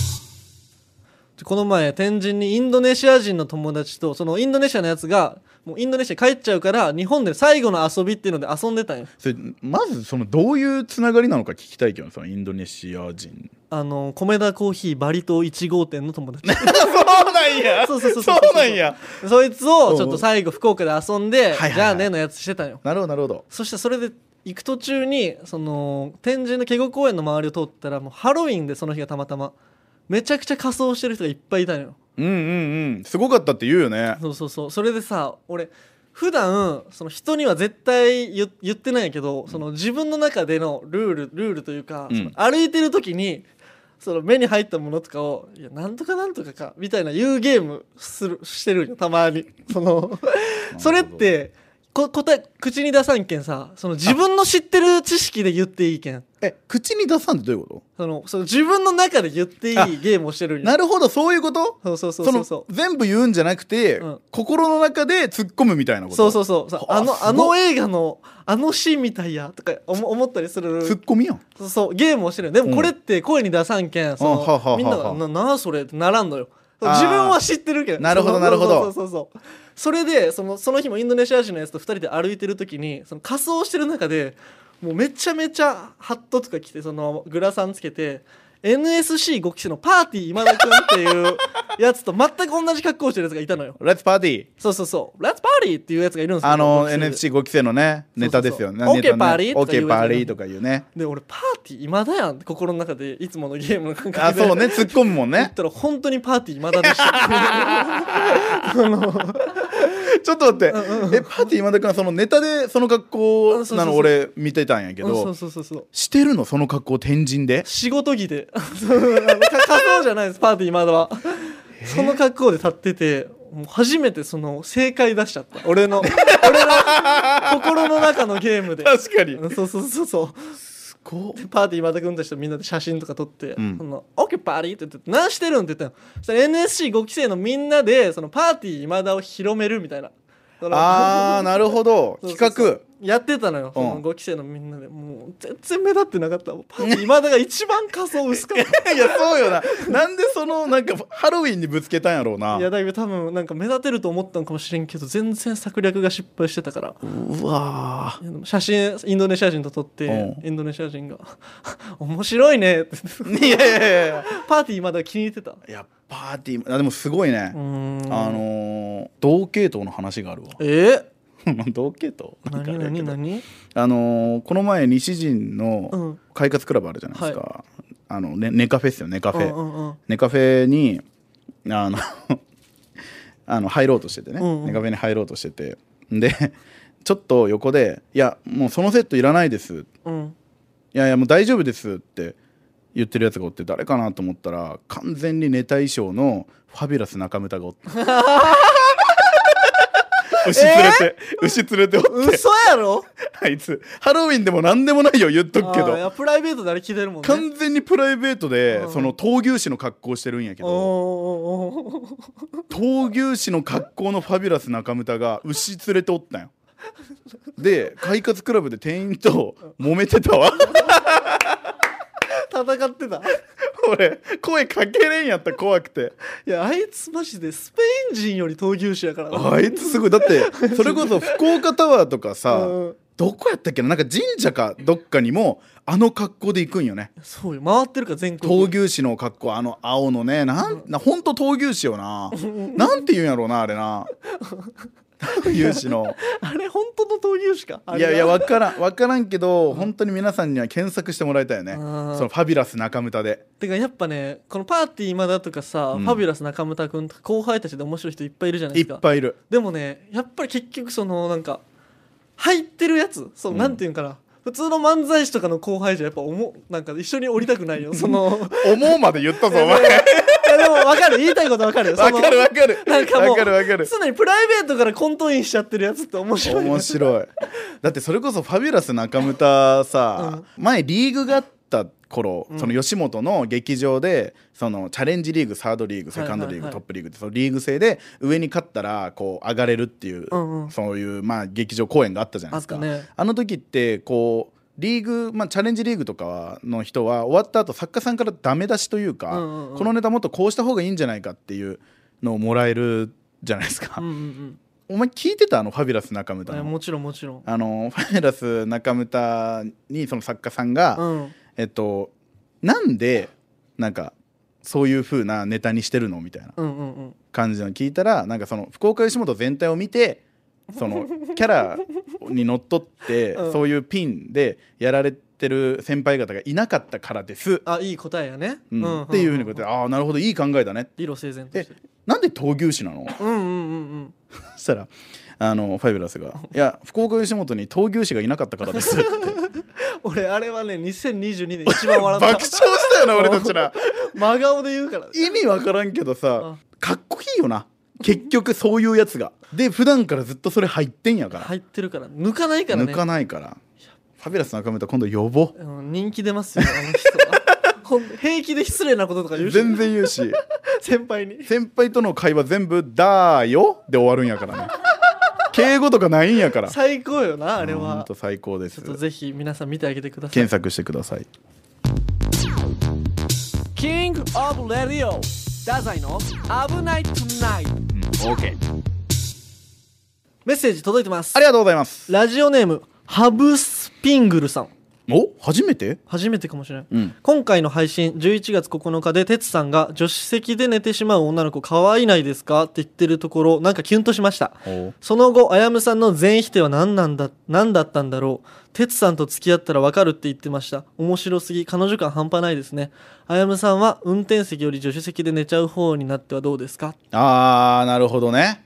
[SPEAKER 1] この前天神にインドネシア人の友達とそのインドネシアのやつがもうインドネシア帰っちゃうから日本で最後の遊びっていうので遊んでたんよ
[SPEAKER 2] それまずそのどういうつながりなのか聞きたいけどねそのインドネシア人
[SPEAKER 1] あの米田コーヒーバリ島1号店の友 達
[SPEAKER 2] そうなんや
[SPEAKER 1] そうそうそう
[SPEAKER 2] そうなんや
[SPEAKER 1] そいつをちょっと最後福岡で遊んで、
[SPEAKER 2] はいはい
[SPEAKER 1] じゃあねのやつしてたんよ
[SPEAKER 2] なるほどなるほど
[SPEAKER 1] そしてそれで行く途中にその天神のケゴ公園の周りを通ったらもうハロウィンでその日がたまたまめちゃくちゃ仮装してる人がいっぱいいたのよ
[SPEAKER 2] うんうんうんすごかったって言うよね
[SPEAKER 1] そうそうそうそれでさ俺普段その人には絶対言言ってないんやけどその自分の中でのルールルールというか、
[SPEAKER 2] うん
[SPEAKER 1] その歩いてる時にその目に入ったものとかを「いやなんとかなんとかか」みたいな言うゲームするしてるんよたまにその それってこ答え口に出さんけんさその自分の知ってる知識で言っていいけん
[SPEAKER 2] え口に出さんってどういうこ
[SPEAKER 1] そのその自分の中で言っていい
[SPEAKER 2] あ
[SPEAKER 1] ゲームをしてる
[SPEAKER 2] と
[SPEAKER 1] んよ
[SPEAKER 2] なるほどそういうこと
[SPEAKER 1] そうそうそう
[SPEAKER 2] そ
[SPEAKER 1] そ
[SPEAKER 2] の
[SPEAKER 1] うそう
[SPEAKER 2] 全部言うんじゃなくて、
[SPEAKER 1] うん
[SPEAKER 2] 心の中で突っ込むみたいなこと
[SPEAKER 1] そうそうそうそう
[SPEAKER 2] あ
[SPEAKER 1] あの
[SPEAKER 2] すごい
[SPEAKER 1] あの映画のあのシーンみたいやとか思思ったりする
[SPEAKER 2] 突っ込みやん
[SPEAKER 1] そうそうゲームをしてるで
[SPEAKER 2] うん
[SPEAKER 1] もこれって声に出さんけんそ
[SPEAKER 2] あはあはあはあ
[SPEAKER 1] のみんなが「ななあそれ」ってならんのよ
[SPEAKER 2] あー
[SPEAKER 1] 自分は知ってるけど
[SPEAKER 2] なるほど
[SPEAKER 1] そう
[SPEAKER 2] なるほど
[SPEAKER 1] そうそうそうそうそれでそのその日もインドネシア人のやつと2人で歩いてる時にその仮装してる中でもうめちゃめちゃハットとか着てそのグラサンつけて NSC5 期生のパーティー今田君っていうやつと全く同じ格好をしてるやつがいたのよ
[SPEAKER 2] 「レッツパーティー
[SPEAKER 1] そうそうそう「レッツパーティー」っていうやつがいるんですよ
[SPEAKER 2] あの
[SPEAKER 1] ボクシングで
[SPEAKER 2] NFC5 期生のねネタですよね
[SPEAKER 1] そうそうそうオ
[SPEAKER 2] ネタね
[SPEAKER 1] ッケーパーリー
[SPEAKER 2] オッケーパーリー
[SPEAKER 1] と
[SPEAKER 2] とかいうね
[SPEAKER 1] で俺パーティー今だやんって心の中でいつものゲームの感
[SPEAKER 2] あ
[SPEAKER 1] 覚で
[SPEAKER 2] そうね突っ込むもん
[SPEAKER 1] 言っ
[SPEAKER 2] ね
[SPEAKER 1] たら本当にパーティー今だでした
[SPEAKER 2] ちょっと待って、えパーティー今田君そのネタでその格好
[SPEAKER 1] あそうそう
[SPEAKER 2] な
[SPEAKER 1] そ
[SPEAKER 2] の
[SPEAKER 1] う
[SPEAKER 2] 俺見てたんや け
[SPEAKER 1] そう
[SPEAKER 2] ど
[SPEAKER 1] そうそうそう
[SPEAKER 2] してるのその格好天神で
[SPEAKER 1] 仕事着でそうあのか仮装じゃないですパーティー今だはその格好で立っててもう初めてその正解出しちゃった俺の俺の心の中のゲームで
[SPEAKER 2] 確かに
[SPEAKER 1] うんそうそうそうそう
[SPEAKER 2] すごっ
[SPEAKER 1] でパーティーまた組んだ人みんなで写真とか撮って「
[SPEAKER 2] うん
[SPEAKER 1] そのオッケーパーティー」って言って「何してるん?」って言ったのそしたら NSC5 期生のみんなでそのパーティー今田を広めるみたいなその
[SPEAKER 2] あーなるほど
[SPEAKER 1] そうそう
[SPEAKER 2] 企
[SPEAKER 1] そう
[SPEAKER 2] 画
[SPEAKER 1] やってたのよ、その5期生のみんなでもう全然目立ってなかったもうパーティー今田が一番仮装薄かった
[SPEAKER 2] いやそうよななんでそのなんかハロウィンにぶつけたんやろうない
[SPEAKER 1] やだけど多分なんか目立てると思ったのかもしれんけど全然策略が失敗してたから
[SPEAKER 2] うわ
[SPEAKER 1] いやでも写真インドネシア人と撮って
[SPEAKER 2] う
[SPEAKER 1] インドネシア人が「面白いね」って
[SPEAKER 2] ーいやいやいや
[SPEAKER 1] パーティーまだ気に入ってた
[SPEAKER 2] いやパーティーあでもすごいね
[SPEAKER 1] う、ーん
[SPEAKER 2] あのー同系統の話があるわ
[SPEAKER 1] え
[SPEAKER 2] 同系統なんかあ
[SPEAKER 1] 何
[SPEAKER 2] れやけ
[SPEAKER 1] 何
[SPEAKER 2] ど
[SPEAKER 1] 何
[SPEAKER 2] あのーこの前西陣
[SPEAKER 1] う
[SPEAKER 2] の
[SPEAKER 1] ん
[SPEAKER 2] 快活クラブあるじゃないですか、あのねネカフェっすよネカフ
[SPEAKER 1] う
[SPEAKER 2] ェ、
[SPEAKER 1] んうんうん
[SPEAKER 2] ネカフェにあの あの入ろうとしててね、
[SPEAKER 1] うんうん
[SPEAKER 2] ネカフェに入ろうとしててでちょっと横で「いやもうそのセットいらないです」
[SPEAKER 1] うん
[SPEAKER 2] いやいやもう大丈夫ですって言ってるやつがおって誰かなと思ったら完全にネタ衣装のファビュラス中村がおって 牛連れて、牛連れておって
[SPEAKER 1] 嘘やろ
[SPEAKER 2] あいつハロウィンでも何でもないよ言っとくけ
[SPEAKER 1] あーい
[SPEAKER 2] ど
[SPEAKER 1] やプライベートであれ聞いてるもんね
[SPEAKER 2] 完全にプライベートで
[SPEAKER 1] うん
[SPEAKER 2] その闘牛士の格好してるんやけど
[SPEAKER 1] おーおーおー
[SPEAKER 2] 闘牛士の格好のファビュラス中村が牛連れておったんよで快活クラブで店員と揉めてたわ
[SPEAKER 1] 戦ってた
[SPEAKER 2] 俺声かけれんやった怖くて
[SPEAKER 1] いやあいつマジでスペイン人より闘牛士やからな
[SPEAKER 2] あいつすごいだってそれこそ福岡タワーとかさ
[SPEAKER 1] うん
[SPEAKER 2] どこやったっけななんか神社かどっかにもあの格好で行くんよね
[SPEAKER 1] そうよ回ってるから全国
[SPEAKER 2] 闘牛士の格好あの青のねなんなほんと闘牛士よななんて言うんやろうなあれな闘牛士 の
[SPEAKER 1] あれ本当の闘牛士かあ
[SPEAKER 2] い
[SPEAKER 1] れ
[SPEAKER 2] や
[SPEAKER 1] ない
[SPEAKER 2] や分からん分からんけど本当に皆さんには検索してもらいたいよね
[SPEAKER 1] う
[SPEAKER 2] そ
[SPEAKER 1] ん
[SPEAKER 2] のファビュラス中村で
[SPEAKER 1] てかやっぱねこのパーティー今だとかさ、
[SPEAKER 2] うん
[SPEAKER 1] ファビュラス中村君とか後輩たちで面白い人いっぱいいるじゃない
[SPEAKER 2] い
[SPEAKER 1] です
[SPEAKER 2] っ
[SPEAKER 1] か
[SPEAKER 2] ぱいいる
[SPEAKER 1] でもねやっぱり結局そのなんか入ってるやつそう、
[SPEAKER 2] うん
[SPEAKER 1] なんていうんかな普通の漫才師とかの後輩じゃやっぱおもなんか一緒に降りたくないよそ の
[SPEAKER 2] 思うまで言ったぞお前
[SPEAKER 1] いやでも分かる言いたいこと分か るよその
[SPEAKER 2] 分かる分かる
[SPEAKER 1] なんかもう
[SPEAKER 2] 分かる分かる
[SPEAKER 1] 常にプライベートからコントインしちゃってるやつって面白いよ
[SPEAKER 2] 面白いだってそれこそファビュラス中村さ、前リーグがあった頃、
[SPEAKER 1] うん
[SPEAKER 2] その吉本の劇場でそのチャレンジリーグサードリーグセカンド
[SPEAKER 1] はい
[SPEAKER 2] リーグ、
[SPEAKER 1] はいはい
[SPEAKER 2] トップリーグってそのリーグ制で上に勝ったらこう上がれるっていう、
[SPEAKER 1] うんうん
[SPEAKER 2] そういうまあ劇場公演があったじゃないですか。
[SPEAKER 1] あったね
[SPEAKER 2] あの時ってこうリーグ、まあ、チャレンジリーグとかの人は終わった後作家さんからダメ出しというか、
[SPEAKER 1] うんうんうん
[SPEAKER 2] このネタもっとこうした方がいいんじゃないかっていうのをもらえるじゃないですか、
[SPEAKER 1] うんうん
[SPEAKER 2] お前聞いてたあのファビュラス中村
[SPEAKER 1] うんい
[SPEAKER 2] の
[SPEAKER 1] やもちろんもちろん
[SPEAKER 2] あのフ ァイラス中村にその作家さんが、
[SPEAKER 1] うん
[SPEAKER 2] えっとなんでなんかそういう風なネタにしてるのみたいな
[SPEAKER 1] うんうんうん
[SPEAKER 2] 感じの聞いたらなんかその福岡吉本全体を見て そのキャラにのっとって、
[SPEAKER 1] うん
[SPEAKER 2] そういうピンでやられてる先輩方がいなかったからです、
[SPEAKER 1] あいい答えやね、
[SPEAKER 2] うん
[SPEAKER 1] んんん
[SPEAKER 2] っていうふうに言ってああなるほどいい考えだね
[SPEAKER 1] 理路整然として
[SPEAKER 2] なんで闘牛士なの
[SPEAKER 1] うんうんうんうん
[SPEAKER 2] そしたらあのファイブラスが「いや福岡吉本に闘牛士がいなかったから です」って
[SPEAKER 1] 俺あれはね2022年一番笑
[SPEAKER 2] 爆
[SPEAKER 1] っ
[SPEAKER 2] 笑したよな俺たちら
[SPEAKER 1] た真顔で言うから
[SPEAKER 2] 意味わからんけどさ
[SPEAKER 1] あ
[SPEAKER 2] かっこいいよな結局そういうやつがで普段からずっとそれ入ってんやから
[SPEAKER 1] 入ってるから抜かないからね
[SPEAKER 2] 抜かないからファビュラス中村今度呼ぼう
[SPEAKER 1] うん人気出ますよあの人はほん平気で失礼なこととか言うし
[SPEAKER 2] 全然言うし
[SPEAKER 1] 先輩に
[SPEAKER 2] 先輩との会話全部「だーよ」で終わるん やからね敬語とかないんやから
[SPEAKER 1] 最高よなあれ
[SPEAKER 2] ほん
[SPEAKER 1] は
[SPEAKER 2] と最高です
[SPEAKER 1] ちょっとぜひ皆さん見てあげてください
[SPEAKER 2] 検索してください
[SPEAKER 1] キングオブレディオダザイの危ないトゥナイト
[SPEAKER 2] OK
[SPEAKER 1] メッセージ届いてます
[SPEAKER 2] ありがとうございます
[SPEAKER 1] ラジオネームハブスピングルさん
[SPEAKER 2] お初めて
[SPEAKER 1] 初めてかもしれない、
[SPEAKER 2] うん
[SPEAKER 1] 今回の配信11月9日で哲さんが助手席で寝てしまう女の子可愛いないですかって言ってるところなんかキュンとしました
[SPEAKER 2] お
[SPEAKER 1] その後あやむさんの全否定は何なんだ何だったんだろう哲さんと付き合ったらわかるって言ってました面白すぎ彼女感半端ないですねあやむさんは運転席より助手席で寝ちゃう方になってはどうですか
[SPEAKER 2] あーなるほどね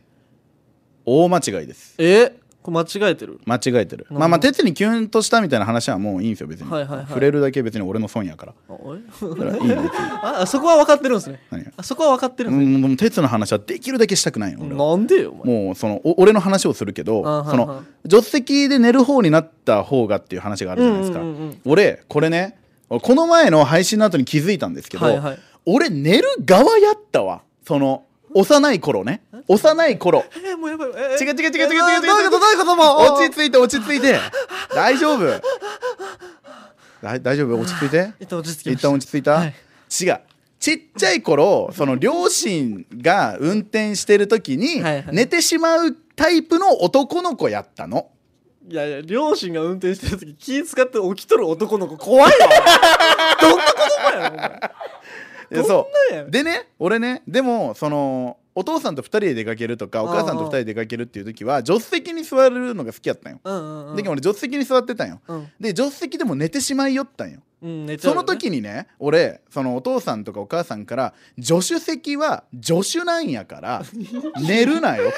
[SPEAKER 2] 大間違いです
[SPEAKER 1] えこれ間違えてる
[SPEAKER 2] 間違えてるまあまあ哲にキュンとしたみたいな話はもういいんですよ別に、
[SPEAKER 1] はいはいはい
[SPEAKER 2] 触れるだけ別に俺の損や から
[SPEAKER 1] あおい
[SPEAKER 2] だからいいの
[SPEAKER 1] ああそこは分かってるんですね
[SPEAKER 2] 何が
[SPEAKER 1] あそこは分かってる
[SPEAKER 2] うん
[SPEAKER 1] で
[SPEAKER 2] んもう哲の話はできるだけしたくないの
[SPEAKER 1] すね
[SPEAKER 2] 俺は
[SPEAKER 1] なんでよお前
[SPEAKER 2] もうそのお俺の話をするけど
[SPEAKER 1] あー
[SPEAKER 2] そ
[SPEAKER 1] はいは
[SPEAKER 2] の
[SPEAKER 1] い
[SPEAKER 2] 助手席で寝る方になった方がっていう話があるじゃないですか、
[SPEAKER 1] うんうんうんうん
[SPEAKER 2] 俺これね俺この前の配信の後に気づいたんですけど、
[SPEAKER 1] はいはい
[SPEAKER 2] 俺寝る側やったわその幼い頃ね幼い頃
[SPEAKER 1] えー、もうやばいえー
[SPEAKER 2] 違う違う違
[SPEAKER 1] えー
[SPEAKER 2] う違う違う違う
[SPEAKER 1] どういうことどういうこともう
[SPEAKER 2] 落ち着いて落ち着いて大丈夫だ大丈夫落ち着いて
[SPEAKER 1] 一旦落ち着きま
[SPEAKER 2] 一
[SPEAKER 1] した
[SPEAKER 2] 旦落ち着いた、
[SPEAKER 1] はい
[SPEAKER 2] 違うちっちゃい頃その両親が運転してる時に
[SPEAKER 1] はいはい
[SPEAKER 2] 寝てしまうタイプの男の子やったの
[SPEAKER 1] いやいや両親が運転してる時気使って起きとる男の子怖い わお前どんな子供やろお前
[SPEAKER 2] で
[SPEAKER 1] どん
[SPEAKER 2] そ
[SPEAKER 1] なんやね
[SPEAKER 2] うでね俺ねでもそのお父さんと2人で出かけるとかお母さ
[SPEAKER 1] あ
[SPEAKER 2] んと2
[SPEAKER 1] ー
[SPEAKER 2] 人で出かけるっていう時は助手席に座るのが好きやったんよ、
[SPEAKER 1] うんうんうん
[SPEAKER 2] で俺助手席に座ってたんよ
[SPEAKER 1] うん
[SPEAKER 2] で助手席でも寝てしまいよったんよ
[SPEAKER 1] うん寝ちゃ
[SPEAKER 2] そう
[SPEAKER 1] よ
[SPEAKER 2] の
[SPEAKER 1] ね
[SPEAKER 2] 時にね俺そのお父さんとかお母さんから「助手席は助手なんやから 寝るなよ」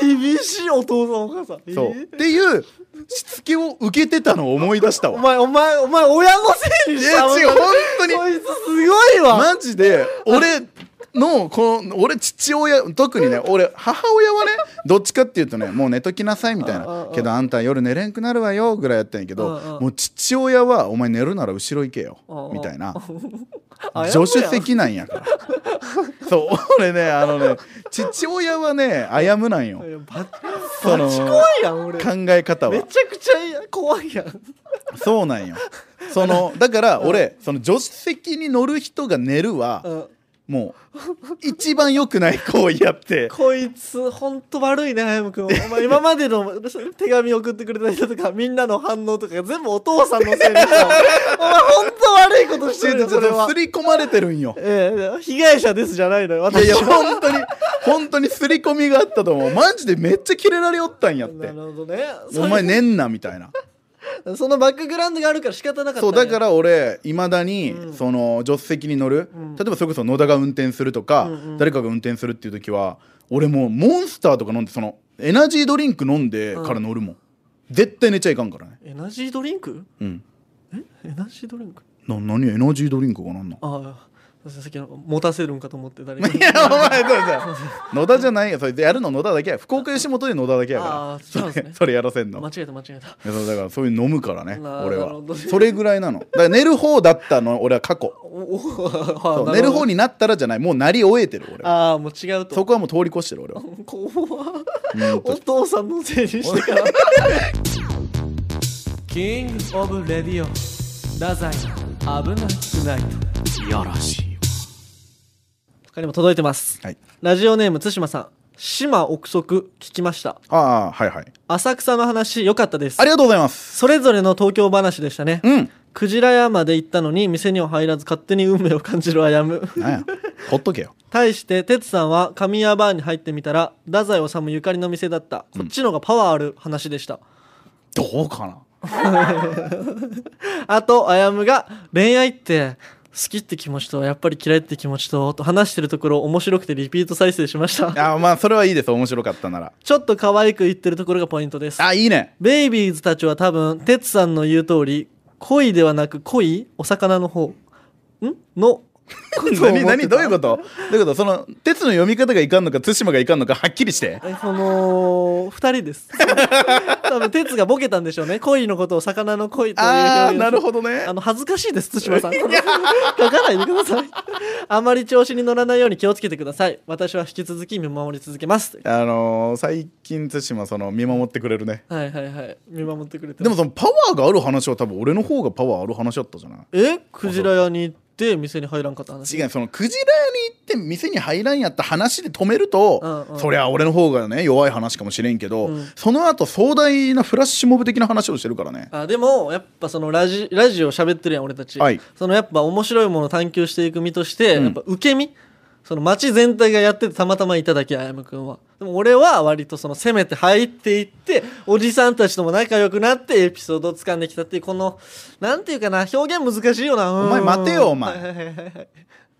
[SPEAKER 1] 厳しいお父さんお母さん
[SPEAKER 2] そう
[SPEAKER 1] え
[SPEAKER 2] っ
[SPEAKER 1] ー
[SPEAKER 2] ていうしつけを受けてたのを思い出した
[SPEAKER 1] お
[SPEAKER 2] わ。
[SPEAKER 1] 前お前お前親御せいに
[SPEAKER 2] い
[SPEAKER 1] し
[SPEAKER 2] や
[SPEAKER 1] た
[SPEAKER 2] 違う本当に
[SPEAKER 1] こいつすごいわ、
[SPEAKER 2] マジで俺のこの俺父親特にね俺母親はねどっちかっていうとねもう寝ときなさいみたい
[SPEAKER 1] ああ
[SPEAKER 2] な
[SPEAKER 1] あ
[SPEAKER 2] けどあんた夜寝れんくなるわよぐらいやったんやけ
[SPEAKER 1] ああ
[SPEAKER 2] どもう父親はお前寝るなら後ろ行けよ
[SPEAKER 1] ああ
[SPEAKER 2] みたいな
[SPEAKER 1] あやむ
[SPEAKER 2] 助
[SPEAKER 1] やん
[SPEAKER 2] 手席なんや からそう俺ねあのね父親はねあやむなんよ
[SPEAKER 1] いやバッ
[SPEAKER 2] その
[SPEAKER 1] バチ怖いやん俺
[SPEAKER 2] 考え方
[SPEAKER 1] め
[SPEAKER 2] は
[SPEAKER 1] ちゃくちゃいや怖いやん
[SPEAKER 2] そうなんよそのだから俺その助手席に乗る人が寝るは
[SPEAKER 1] うん
[SPEAKER 2] もう一番良くない行為やって
[SPEAKER 1] こいつほんと悪いね早山君お前今までの手紙送ってくれた人とかみんなの反応とかが全部お父さんのせ いでしょお前ほんと悪いことしてるよそれは
[SPEAKER 2] すり込まれてるんよ
[SPEAKER 1] ええ被害者ですじゃないのよ
[SPEAKER 2] いやい
[SPEAKER 1] 私
[SPEAKER 2] や
[SPEAKER 1] は
[SPEAKER 2] 本当に本当にすり込みがあったと思うマジでめっちゃキレられよったんやっ
[SPEAKER 1] な
[SPEAKER 2] て
[SPEAKER 1] るほどね
[SPEAKER 2] お前寝んなみたいな
[SPEAKER 1] そのバックグラウンドがあるから仕方なかった
[SPEAKER 2] そうだからら俺いまだに
[SPEAKER 1] うん
[SPEAKER 2] その助手席に乗る、例えばそれこそ野田が運転するとか、
[SPEAKER 1] うんうん
[SPEAKER 2] 誰かが運転するっていう時は俺もうモンスターとか飲んでそのエナジードリンク飲んでから乗るもん、絶対寝ちゃいかんからね
[SPEAKER 1] エナジードリンク
[SPEAKER 2] うん
[SPEAKER 1] エナジードリンク
[SPEAKER 2] な何エナジードリンクがなんなん
[SPEAKER 1] ああさっきの持たせるんかと思って誰か
[SPEAKER 2] いやお前そうだ野田じゃないよそれでやるの野田だけや福岡吉本で野田だけや
[SPEAKER 1] あー
[SPEAKER 2] からそ
[SPEAKER 1] そう
[SPEAKER 2] れ,、
[SPEAKER 1] ですね
[SPEAKER 2] それやらせん の
[SPEAKER 1] 間違えた間違えた
[SPEAKER 2] いやそうだからそういう飲むからね
[SPEAKER 1] な
[SPEAKER 2] 俺
[SPEAKER 1] なる
[SPEAKER 2] は
[SPEAKER 1] ほど
[SPEAKER 2] それぐらいなのだから寝る方だったの俺は過去
[SPEAKER 1] お お
[SPEAKER 2] そ
[SPEAKER 1] は
[SPEAKER 2] う
[SPEAKER 1] あ
[SPEAKER 2] 寝る方
[SPEAKER 1] に
[SPEAKER 2] になったらじゃないもうなり終えてる俺は
[SPEAKER 1] ああもう違うと
[SPEAKER 2] そこはもう通り越して る俺は
[SPEAKER 1] 怖っお父さんのせいにしてからキングオブレディオ太宰危なくないと
[SPEAKER 2] いやらしい
[SPEAKER 1] 他にも届いてます
[SPEAKER 2] はい
[SPEAKER 1] ラジオネーム対馬さん島憶測聞きました
[SPEAKER 2] ああはいはい
[SPEAKER 1] 浅草の話良かったです
[SPEAKER 2] ありがとうございます
[SPEAKER 1] それぞれの東京話でしたね
[SPEAKER 2] うん
[SPEAKER 1] クジラ屋まで行ったのに店には入らず勝手に運命を感じるあや む
[SPEAKER 2] なんやほっとけよ
[SPEAKER 1] 対して哲さんは神谷バーに入ってみたら太宰治ゆかりの店だったこっちのがパワーある話でした、
[SPEAKER 2] どうかな
[SPEAKER 1] あと、あやむが恋愛って好きって気持ちとやっぱり嫌いって気持ちとと話してるところ面白くてリピート再生しました。
[SPEAKER 2] あまあそれはいいです面白かったなら
[SPEAKER 1] ちょっと可愛く言ってるところがポイントです。
[SPEAKER 2] あいいね
[SPEAKER 1] ベイビーズたちは多分、てつさんの言う通り、恋ではなく恋お魚の方。んの。ことを思って た
[SPEAKER 2] 何何どういうことどういうことその鉄の読み方がいかんのか対馬がいかんのかはっきりして
[SPEAKER 1] えその二人です。 多分、哲がボケたんでしょうね。恋のことを魚の恋という表
[SPEAKER 2] ああ
[SPEAKER 1] 現を
[SPEAKER 2] なるほどね
[SPEAKER 1] あの恥ずかしいです、対馬さん。この書かないでください。あまり調子に乗らないように気をつけてください。私は引き続き見守り続けます。
[SPEAKER 2] あのー最近対馬その見守ってくれるね
[SPEAKER 1] はいはいはい。見守ってくれて
[SPEAKER 2] で
[SPEAKER 1] ま
[SPEAKER 2] も
[SPEAKER 1] す。
[SPEAKER 2] そのパワーがある話は多分俺の方がパワーある話だったじゃない
[SPEAKER 1] えクジラ屋に行って店に入らんかった話。
[SPEAKER 2] 違うそのクジラ屋に行って店に入らんやった話で止めると、
[SPEAKER 1] うんうん
[SPEAKER 2] そりゃ俺の方がね弱い話かもしれんけど、
[SPEAKER 1] うん
[SPEAKER 2] その後壮大なフラッシュモブ的な話をしてるからね
[SPEAKER 1] あでもやっぱそのラジラジオ喋ってるやん俺たち、
[SPEAKER 2] はい
[SPEAKER 1] そのやっぱ面白いものを探求していく身として、
[SPEAKER 2] うん
[SPEAKER 1] やっぱ受け身その街全体がやっててたまたまいただけあやむくんはでも俺は割とその攻めて入っていっておじさんたちとも仲良くなってエピソードを掴んできたっていうこのなんていうかな表現難しいよな
[SPEAKER 2] お前待てよお前
[SPEAKER 1] はいはいはいはい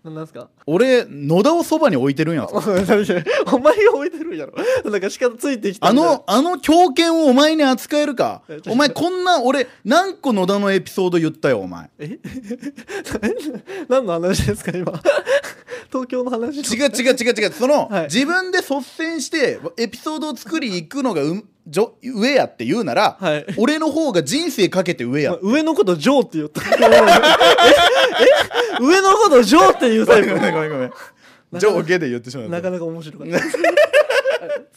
[SPEAKER 1] なんですか
[SPEAKER 2] 俺野田をそばに置いてるんやぞ
[SPEAKER 1] お前が置いてるんやろなんか仕方ついてきた
[SPEAKER 2] あ
[SPEAKER 1] んだよ
[SPEAKER 2] の、あの狂犬をお前に扱えるか
[SPEAKER 1] えちょっ。と
[SPEAKER 2] お前こんな、俺、何個野田のエピソード言ったよ、お前。
[SPEAKER 1] え 何の話ですか今 東京の話
[SPEAKER 2] 違う違う違う違う。そ の、
[SPEAKER 1] はい
[SPEAKER 2] 自分で率先して、エピソードを作り行くのがうじょ上やって言うなら、
[SPEAKER 1] はい
[SPEAKER 2] 俺の方が人生かけて 上や。
[SPEAKER 1] まあ上のことジョーって言った ええ上のことジョーって言うタイプ
[SPEAKER 2] ごめんごめんごめん。 上下で言ってしま
[SPEAKER 1] な
[SPEAKER 2] っ
[SPEAKER 1] か
[SPEAKER 2] た。
[SPEAKER 1] なか面白か ったはい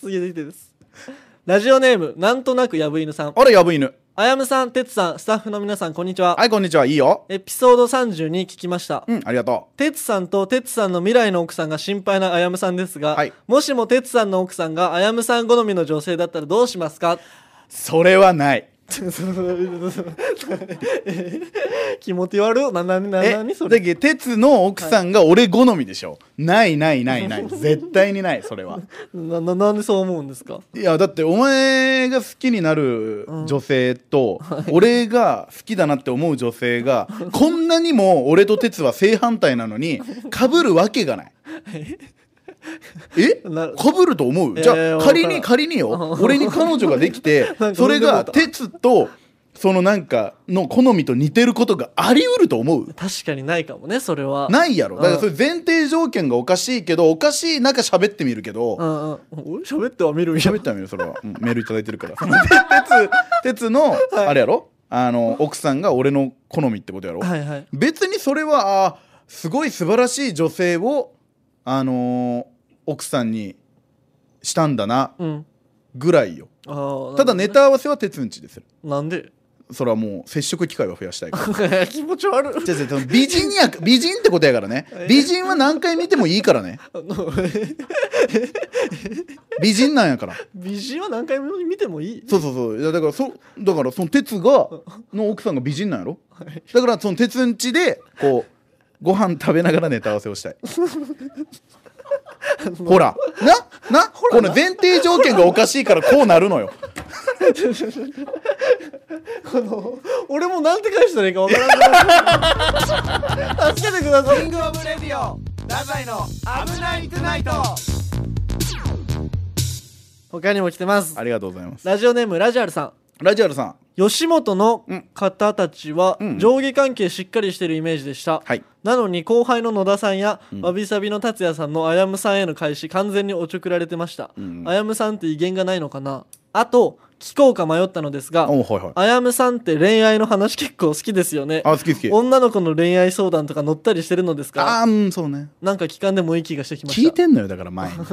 [SPEAKER 1] 続いていてですラジオネームなんとなくやぶ犬さん
[SPEAKER 2] あら、やぶ犬。
[SPEAKER 1] あやむさんてつさんスタッフの皆さんこんにちは、
[SPEAKER 2] はい、こんにちは。いいよ。
[SPEAKER 1] エピソード32聞きました
[SPEAKER 2] うん、ありがと
[SPEAKER 1] てつさんとてつさんの未来の奥さんが心配なあやむさんですが、
[SPEAKER 2] はい
[SPEAKER 1] もしもてつさんの奥さんがあやむさん好みの女性だったらどうします か
[SPEAKER 2] う。それはない。
[SPEAKER 1] 気持ち悪っななな
[SPEAKER 2] え、
[SPEAKER 1] なにそれ
[SPEAKER 2] だけど鉄の奥さんが俺好みでしょ。ないないないない。絶対にない、それは。
[SPEAKER 1] な ななんでそう思うんですか
[SPEAKER 2] いやだってお前が好きになる女性と、俺が好きだなって思う女 性がこんなにも俺と哲は正反対なのにかぶるわけがない。 え
[SPEAKER 1] な
[SPEAKER 2] かぶると思う、
[SPEAKER 1] いやいや
[SPEAKER 2] じゃ
[SPEAKER 1] わ
[SPEAKER 2] あ
[SPEAKER 1] からん
[SPEAKER 2] 仮に仮によ俺に彼女ができて
[SPEAKER 1] なんか
[SPEAKER 2] それ
[SPEAKER 1] 思い
[SPEAKER 2] が
[SPEAKER 1] 出
[SPEAKER 2] 哲とそのなんかの好みと似てることがありうると思う
[SPEAKER 1] 確かにないかもねそれは
[SPEAKER 2] ないやろだか
[SPEAKER 1] う
[SPEAKER 2] ら
[SPEAKER 1] ん
[SPEAKER 2] それ前提条件がおかしいけどおかしい中喋ってみるけど、
[SPEAKER 1] うんうん俺喋っては見るんや
[SPEAKER 2] 喋ったのよそれは、うんメールいただいてるからそ のて鉄鉄の、あれやろあの奥さんが俺の好みってことやろ、
[SPEAKER 1] はいはい
[SPEAKER 2] 別にそれはあーすごい素晴らしい女性をあのー奥さんにしたんだな
[SPEAKER 1] うん
[SPEAKER 2] ぐらいよ
[SPEAKER 1] あー
[SPEAKER 2] ただ
[SPEAKER 1] な
[SPEAKER 2] ネ
[SPEAKER 1] るほどね
[SPEAKER 2] タ合わせは鉄んちでする
[SPEAKER 1] なんで
[SPEAKER 2] それはもう接触機会は増やし たいから
[SPEAKER 1] 気持ち悪い
[SPEAKER 2] 違う違うその美人や美人ってことやからね美人は何回見てもいいからね
[SPEAKER 1] あの
[SPEAKER 2] 美人なんやから
[SPEAKER 1] 美人は何回も見てもいい
[SPEAKER 2] そうそうそういやだからそだからその鉄がの奥さんが美人なんやろだからその鉄んちでこうご飯食べながらネタ合わせを したいほらな なこの前提条件がおかしいからこうなるのよ
[SPEAKER 1] この俺もなんて返したらいいかわからない 助けてください他にも来てます
[SPEAKER 2] ありがとうございます
[SPEAKER 1] ラジオネームラジャルさん
[SPEAKER 2] ラジアルさん
[SPEAKER 1] 吉本の方たちは
[SPEAKER 2] うん
[SPEAKER 1] 上下関係しっかりしてるイメージでした、
[SPEAKER 2] はい
[SPEAKER 1] なのに後輩の野田さんや、
[SPEAKER 2] ん
[SPEAKER 1] わびさびの達也さんのあやむさんへの返し完全におちょくられてました、
[SPEAKER 2] うん
[SPEAKER 1] あやむさんって威厳がないのかなあと聞こうか迷ったのですが
[SPEAKER 2] おはいはい
[SPEAKER 1] あやむさんって恋愛の話結構好きですよね
[SPEAKER 2] あ好き好き
[SPEAKER 1] 女の子の恋愛相談とか乗ったりしてるのですか
[SPEAKER 2] あーうんそうね
[SPEAKER 1] なんか聞かんでもいい気がしてきました
[SPEAKER 2] 聞いてんのよだか ら前に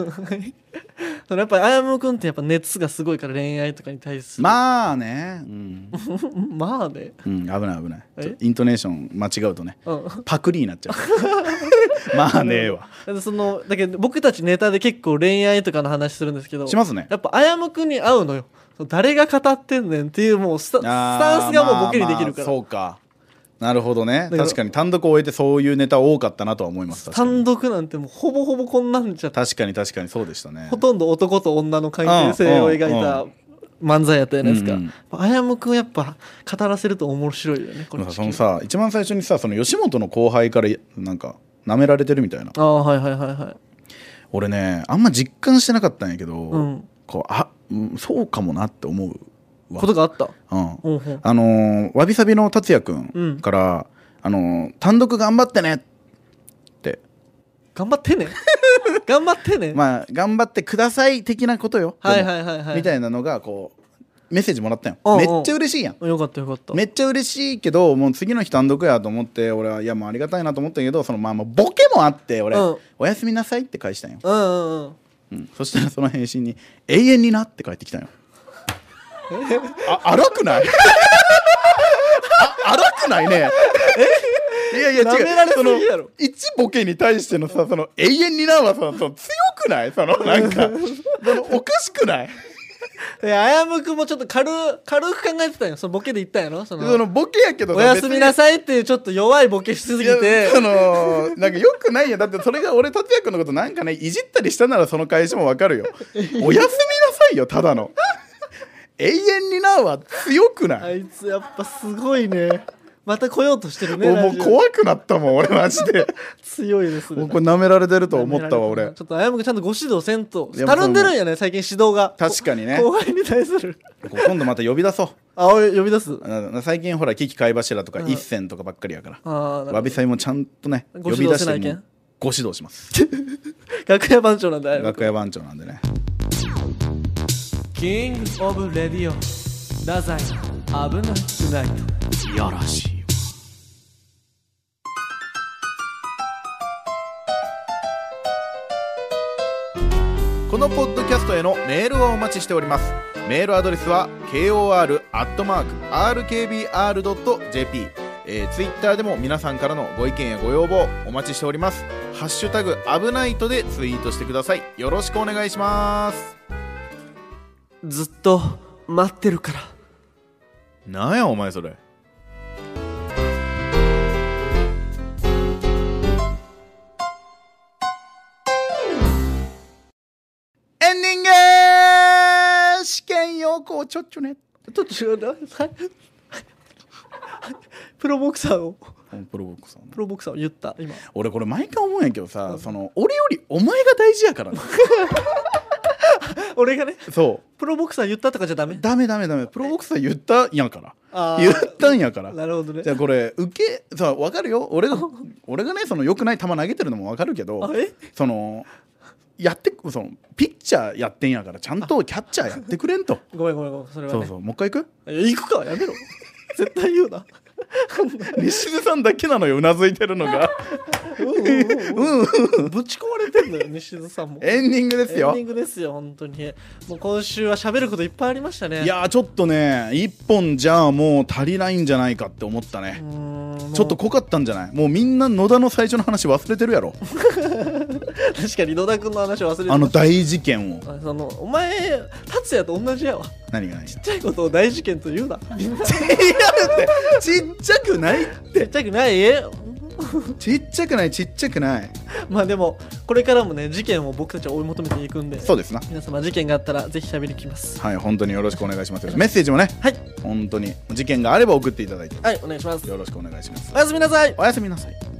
[SPEAKER 1] そのやっぱりあやむくんってやっぱ熱がすごいから恋愛とかに対する
[SPEAKER 2] まあねうん、
[SPEAKER 1] うんまあね
[SPEAKER 2] うん、危ない危ない
[SPEAKER 1] え
[SPEAKER 2] ちょイントネーション間違うとね
[SPEAKER 1] うん
[SPEAKER 2] パクリになっちゃう まあねえわ
[SPEAKER 1] だってそのだけど僕たちネタで結構恋愛とかの話するんですけど
[SPEAKER 2] しますね
[SPEAKER 1] やっぱあやむくんに会うのよ誰が語ってんねんっていうもうスタス
[SPEAKER 2] あー
[SPEAKER 1] タンスがもうボケにできるか
[SPEAKER 2] まあまあ
[SPEAKER 1] ら、
[SPEAKER 2] そうかなるほどね
[SPEAKER 1] から
[SPEAKER 2] 確かに単独を終えてそういうネタ多かったなとは思います確かに
[SPEAKER 1] 単独なんてもうほぼほぼこんなんじゃ
[SPEAKER 2] 確かに確かにそうでしたね
[SPEAKER 1] ほとんど男と女の関係性を描いた
[SPEAKER 2] うん
[SPEAKER 1] 漫才やったじゃないですか、
[SPEAKER 2] うんうん
[SPEAKER 1] あやむくんやっぱ語らせると面白いよねこ
[SPEAKER 2] で
[SPEAKER 1] れ
[SPEAKER 2] もさそのさ一番最初にさその吉本の後輩からなんか舐められてるみたいな
[SPEAKER 1] ああはいはいはいはい
[SPEAKER 2] 俺ねあんま実感してなかったんやけど、
[SPEAKER 1] うん
[SPEAKER 2] こうあ、うん、そうかもなって思うわ
[SPEAKER 1] ことがあった
[SPEAKER 2] うん
[SPEAKER 1] うんうん
[SPEAKER 2] あのーわびさびの達也く
[SPEAKER 1] うん
[SPEAKER 2] んから、あのー単独頑張ってねって
[SPEAKER 1] 頑張って ね頑張ってね、
[SPEAKER 2] まあ頑張ってください的なことよ
[SPEAKER 1] はい
[SPEAKER 2] でも
[SPEAKER 1] はいはいはい
[SPEAKER 2] みたいなのがこうメッセージもらったよ
[SPEAKER 1] おうおう
[SPEAKER 2] めっちゃ嬉しいやん
[SPEAKER 1] よかったよかった
[SPEAKER 2] めっちゃ嬉しいけどもう次の日単独やと思って俺はいやもうありがたいなと思ったけどそのまあまあボケもあって俺、
[SPEAKER 1] うん
[SPEAKER 2] おやすみなさいって返したんよ、
[SPEAKER 1] うんうんうん
[SPEAKER 2] うんそしたらその返信に永遠になって返ってきたんよあ荒くないあ荒くないねいやいや違
[SPEAKER 1] 舐められす
[SPEAKER 2] う
[SPEAKER 1] ぎ
[SPEAKER 2] その
[SPEAKER 1] やろ
[SPEAKER 2] 一ボケに対してのさその永遠になはさその強くないそのな んかそのおかしくない
[SPEAKER 1] えあやむくんもちょっと軽軽く考えてたんよそのボケで言ったんやろその
[SPEAKER 2] そのボケやけどさ
[SPEAKER 1] おやすみなさいっていうちょっと弱いボケしすぎ
[SPEAKER 2] 別にい
[SPEAKER 1] て
[SPEAKER 2] やそのなんかよくないやんだってそれが俺達也君のことなんかねいじったりしたならその返しもわか るよおやすみなさいよただの永遠になは強くない、
[SPEAKER 1] あいつやっぱすごいねまた来ようとしてるね
[SPEAKER 2] おも
[SPEAKER 1] ラ
[SPEAKER 2] う
[SPEAKER 1] ジオ
[SPEAKER 2] 怖くなったもん俺マジで
[SPEAKER 1] 強いです
[SPEAKER 2] もう
[SPEAKER 1] ね
[SPEAKER 2] これ舐められてると思ったわ俺
[SPEAKER 1] ちょっとあやむくんちゃんとご指導せんと
[SPEAKER 2] いやもう
[SPEAKER 1] 頼んでるんやね最近指導が
[SPEAKER 2] 確かにね
[SPEAKER 1] 後輩に対する
[SPEAKER 2] こう今度また呼び出そう
[SPEAKER 1] あおい呼び出す
[SPEAKER 2] あの最近ほら危機貝柱とか
[SPEAKER 1] うん
[SPEAKER 2] 一銭とかばっかりやから、
[SPEAKER 1] ああ
[SPEAKER 2] わびさびもちゃんとね
[SPEAKER 1] ご
[SPEAKER 2] 呼
[SPEAKER 1] 指
[SPEAKER 2] び
[SPEAKER 1] 導せ
[SPEAKER 2] 出し
[SPEAKER 1] な
[SPEAKER 2] て
[SPEAKER 1] いけん
[SPEAKER 2] もうご指導します
[SPEAKER 1] 楽屋番長なんだあやむ
[SPEAKER 2] 楽屋番長なんでね
[SPEAKER 1] キングオブレディオ太宰危なくない
[SPEAKER 2] いやらしいこのポッドキャストへのメールをお待ちしておりますメールアドレスは kor.rkbr.jp えー、ツイッターでも皆さんからのご意見やご要望お待ちしておりますハッシュタグ危ないとでツイートしてくださいよろしくお願いします
[SPEAKER 1] ずっと待ってるから
[SPEAKER 2] なんやお前それエンディング試験要項ちょっちょね
[SPEAKER 1] ちょっと違うなはいはいプロボクサーを
[SPEAKER 2] プロボックスさん
[SPEAKER 1] プロボクサーを言った今
[SPEAKER 2] 俺これ毎回思うんやけどさ、その俺よりお前が大事やからな
[SPEAKER 1] 俺がね
[SPEAKER 2] そ
[SPEAKER 1] プロボクサー言ったとかじゃダメ
[SPEAKER 2] うダメダメダメプロボックスさん言ったんやから
[SPEAKER 1] あー
[SPEAKER 2] 言ったんやから
[SPEAKER 1] なるほどね
[SPEAKER 2] じゃあこれ受けさ分かるよ 俺が俺がねその良くない球投げてるのも分かるけ
[SPEAKER 1] あ
[SPEAKER 2] ど
[SPEAKER 1] え
[SPEAKER 2] そのやってそのピッチャーやってんやからちゃんとキャッチャーやってくれんと
[SPEAKER 1] ごめんごめんごめんそれは
[SPEAKER 2] そう
[SPEAKER 1] ね
[SPEAKER 2] そうもう一回行く
[SPEAKER 1] いや行くかやめろ絶対言うな
[SPEAKER 2] 西津さんだけなのようなずいてる のが
[SPEAKER 1] うんうんうんうんぶち込まれてんのよ西津さんも
[SPEAKER 2] エンディングです
[SPEAKER 1] エン
[SPEAKER 2] よ
[SPEAKER 1] ディングですよ本当にもう今週は喋ることいっぱいありましたね
[SPEAKER 2] いやーちょっとね一本じゃあもう足りないんじゃないかって思った
[SPEAKER 1] う
[SPEAKER 2] ね
[SPEAKER 1] ーん
[SPEAKER 2] ちょっと
[SPEAKER 1] も
[SPEAKER 2] 濃かったんじゃないもうみんな野田の最初の話忘れてるやろ
[SPEAKER 1] う確かに野田君の話を忘れて
[SPEAKER 2] あの
[SPEAKER 1] ました
[SPEAKER 2] 大事件を
[SPEAKER 1] あそのお前達也と同じやわちっ
[SPEAKER 2] 何が何が
[SPEAKER 1] ちゃ いことを大事件と言うなみんなち
[SPEAKER 2] いやだってちっちゃくない
[SPEAKER 1] っちゃくない
[SPEAKER 2] ちっちゃくないちっちゃくない
[SPEAKER 1] まあでもこれからもね事件を僕たちは追い求めていくんで
[SPEAKER 2] そうですな
[SPEAKER 1] 皆様事件があったらぜひ喋りに来ます
[SPEAKER 2] はい本当によろしくお願いしますメッセージもね
[SPEAKER 1] はい
[SPEAKER 2] 本当に事件があれば送っていただいて
[SPEAKER 1] はいお願いします
[SPEAKER 2] よろしくお願いします
[SPEAKER 1] おやすみなさい
[SPEAKER 2] おやすみなさい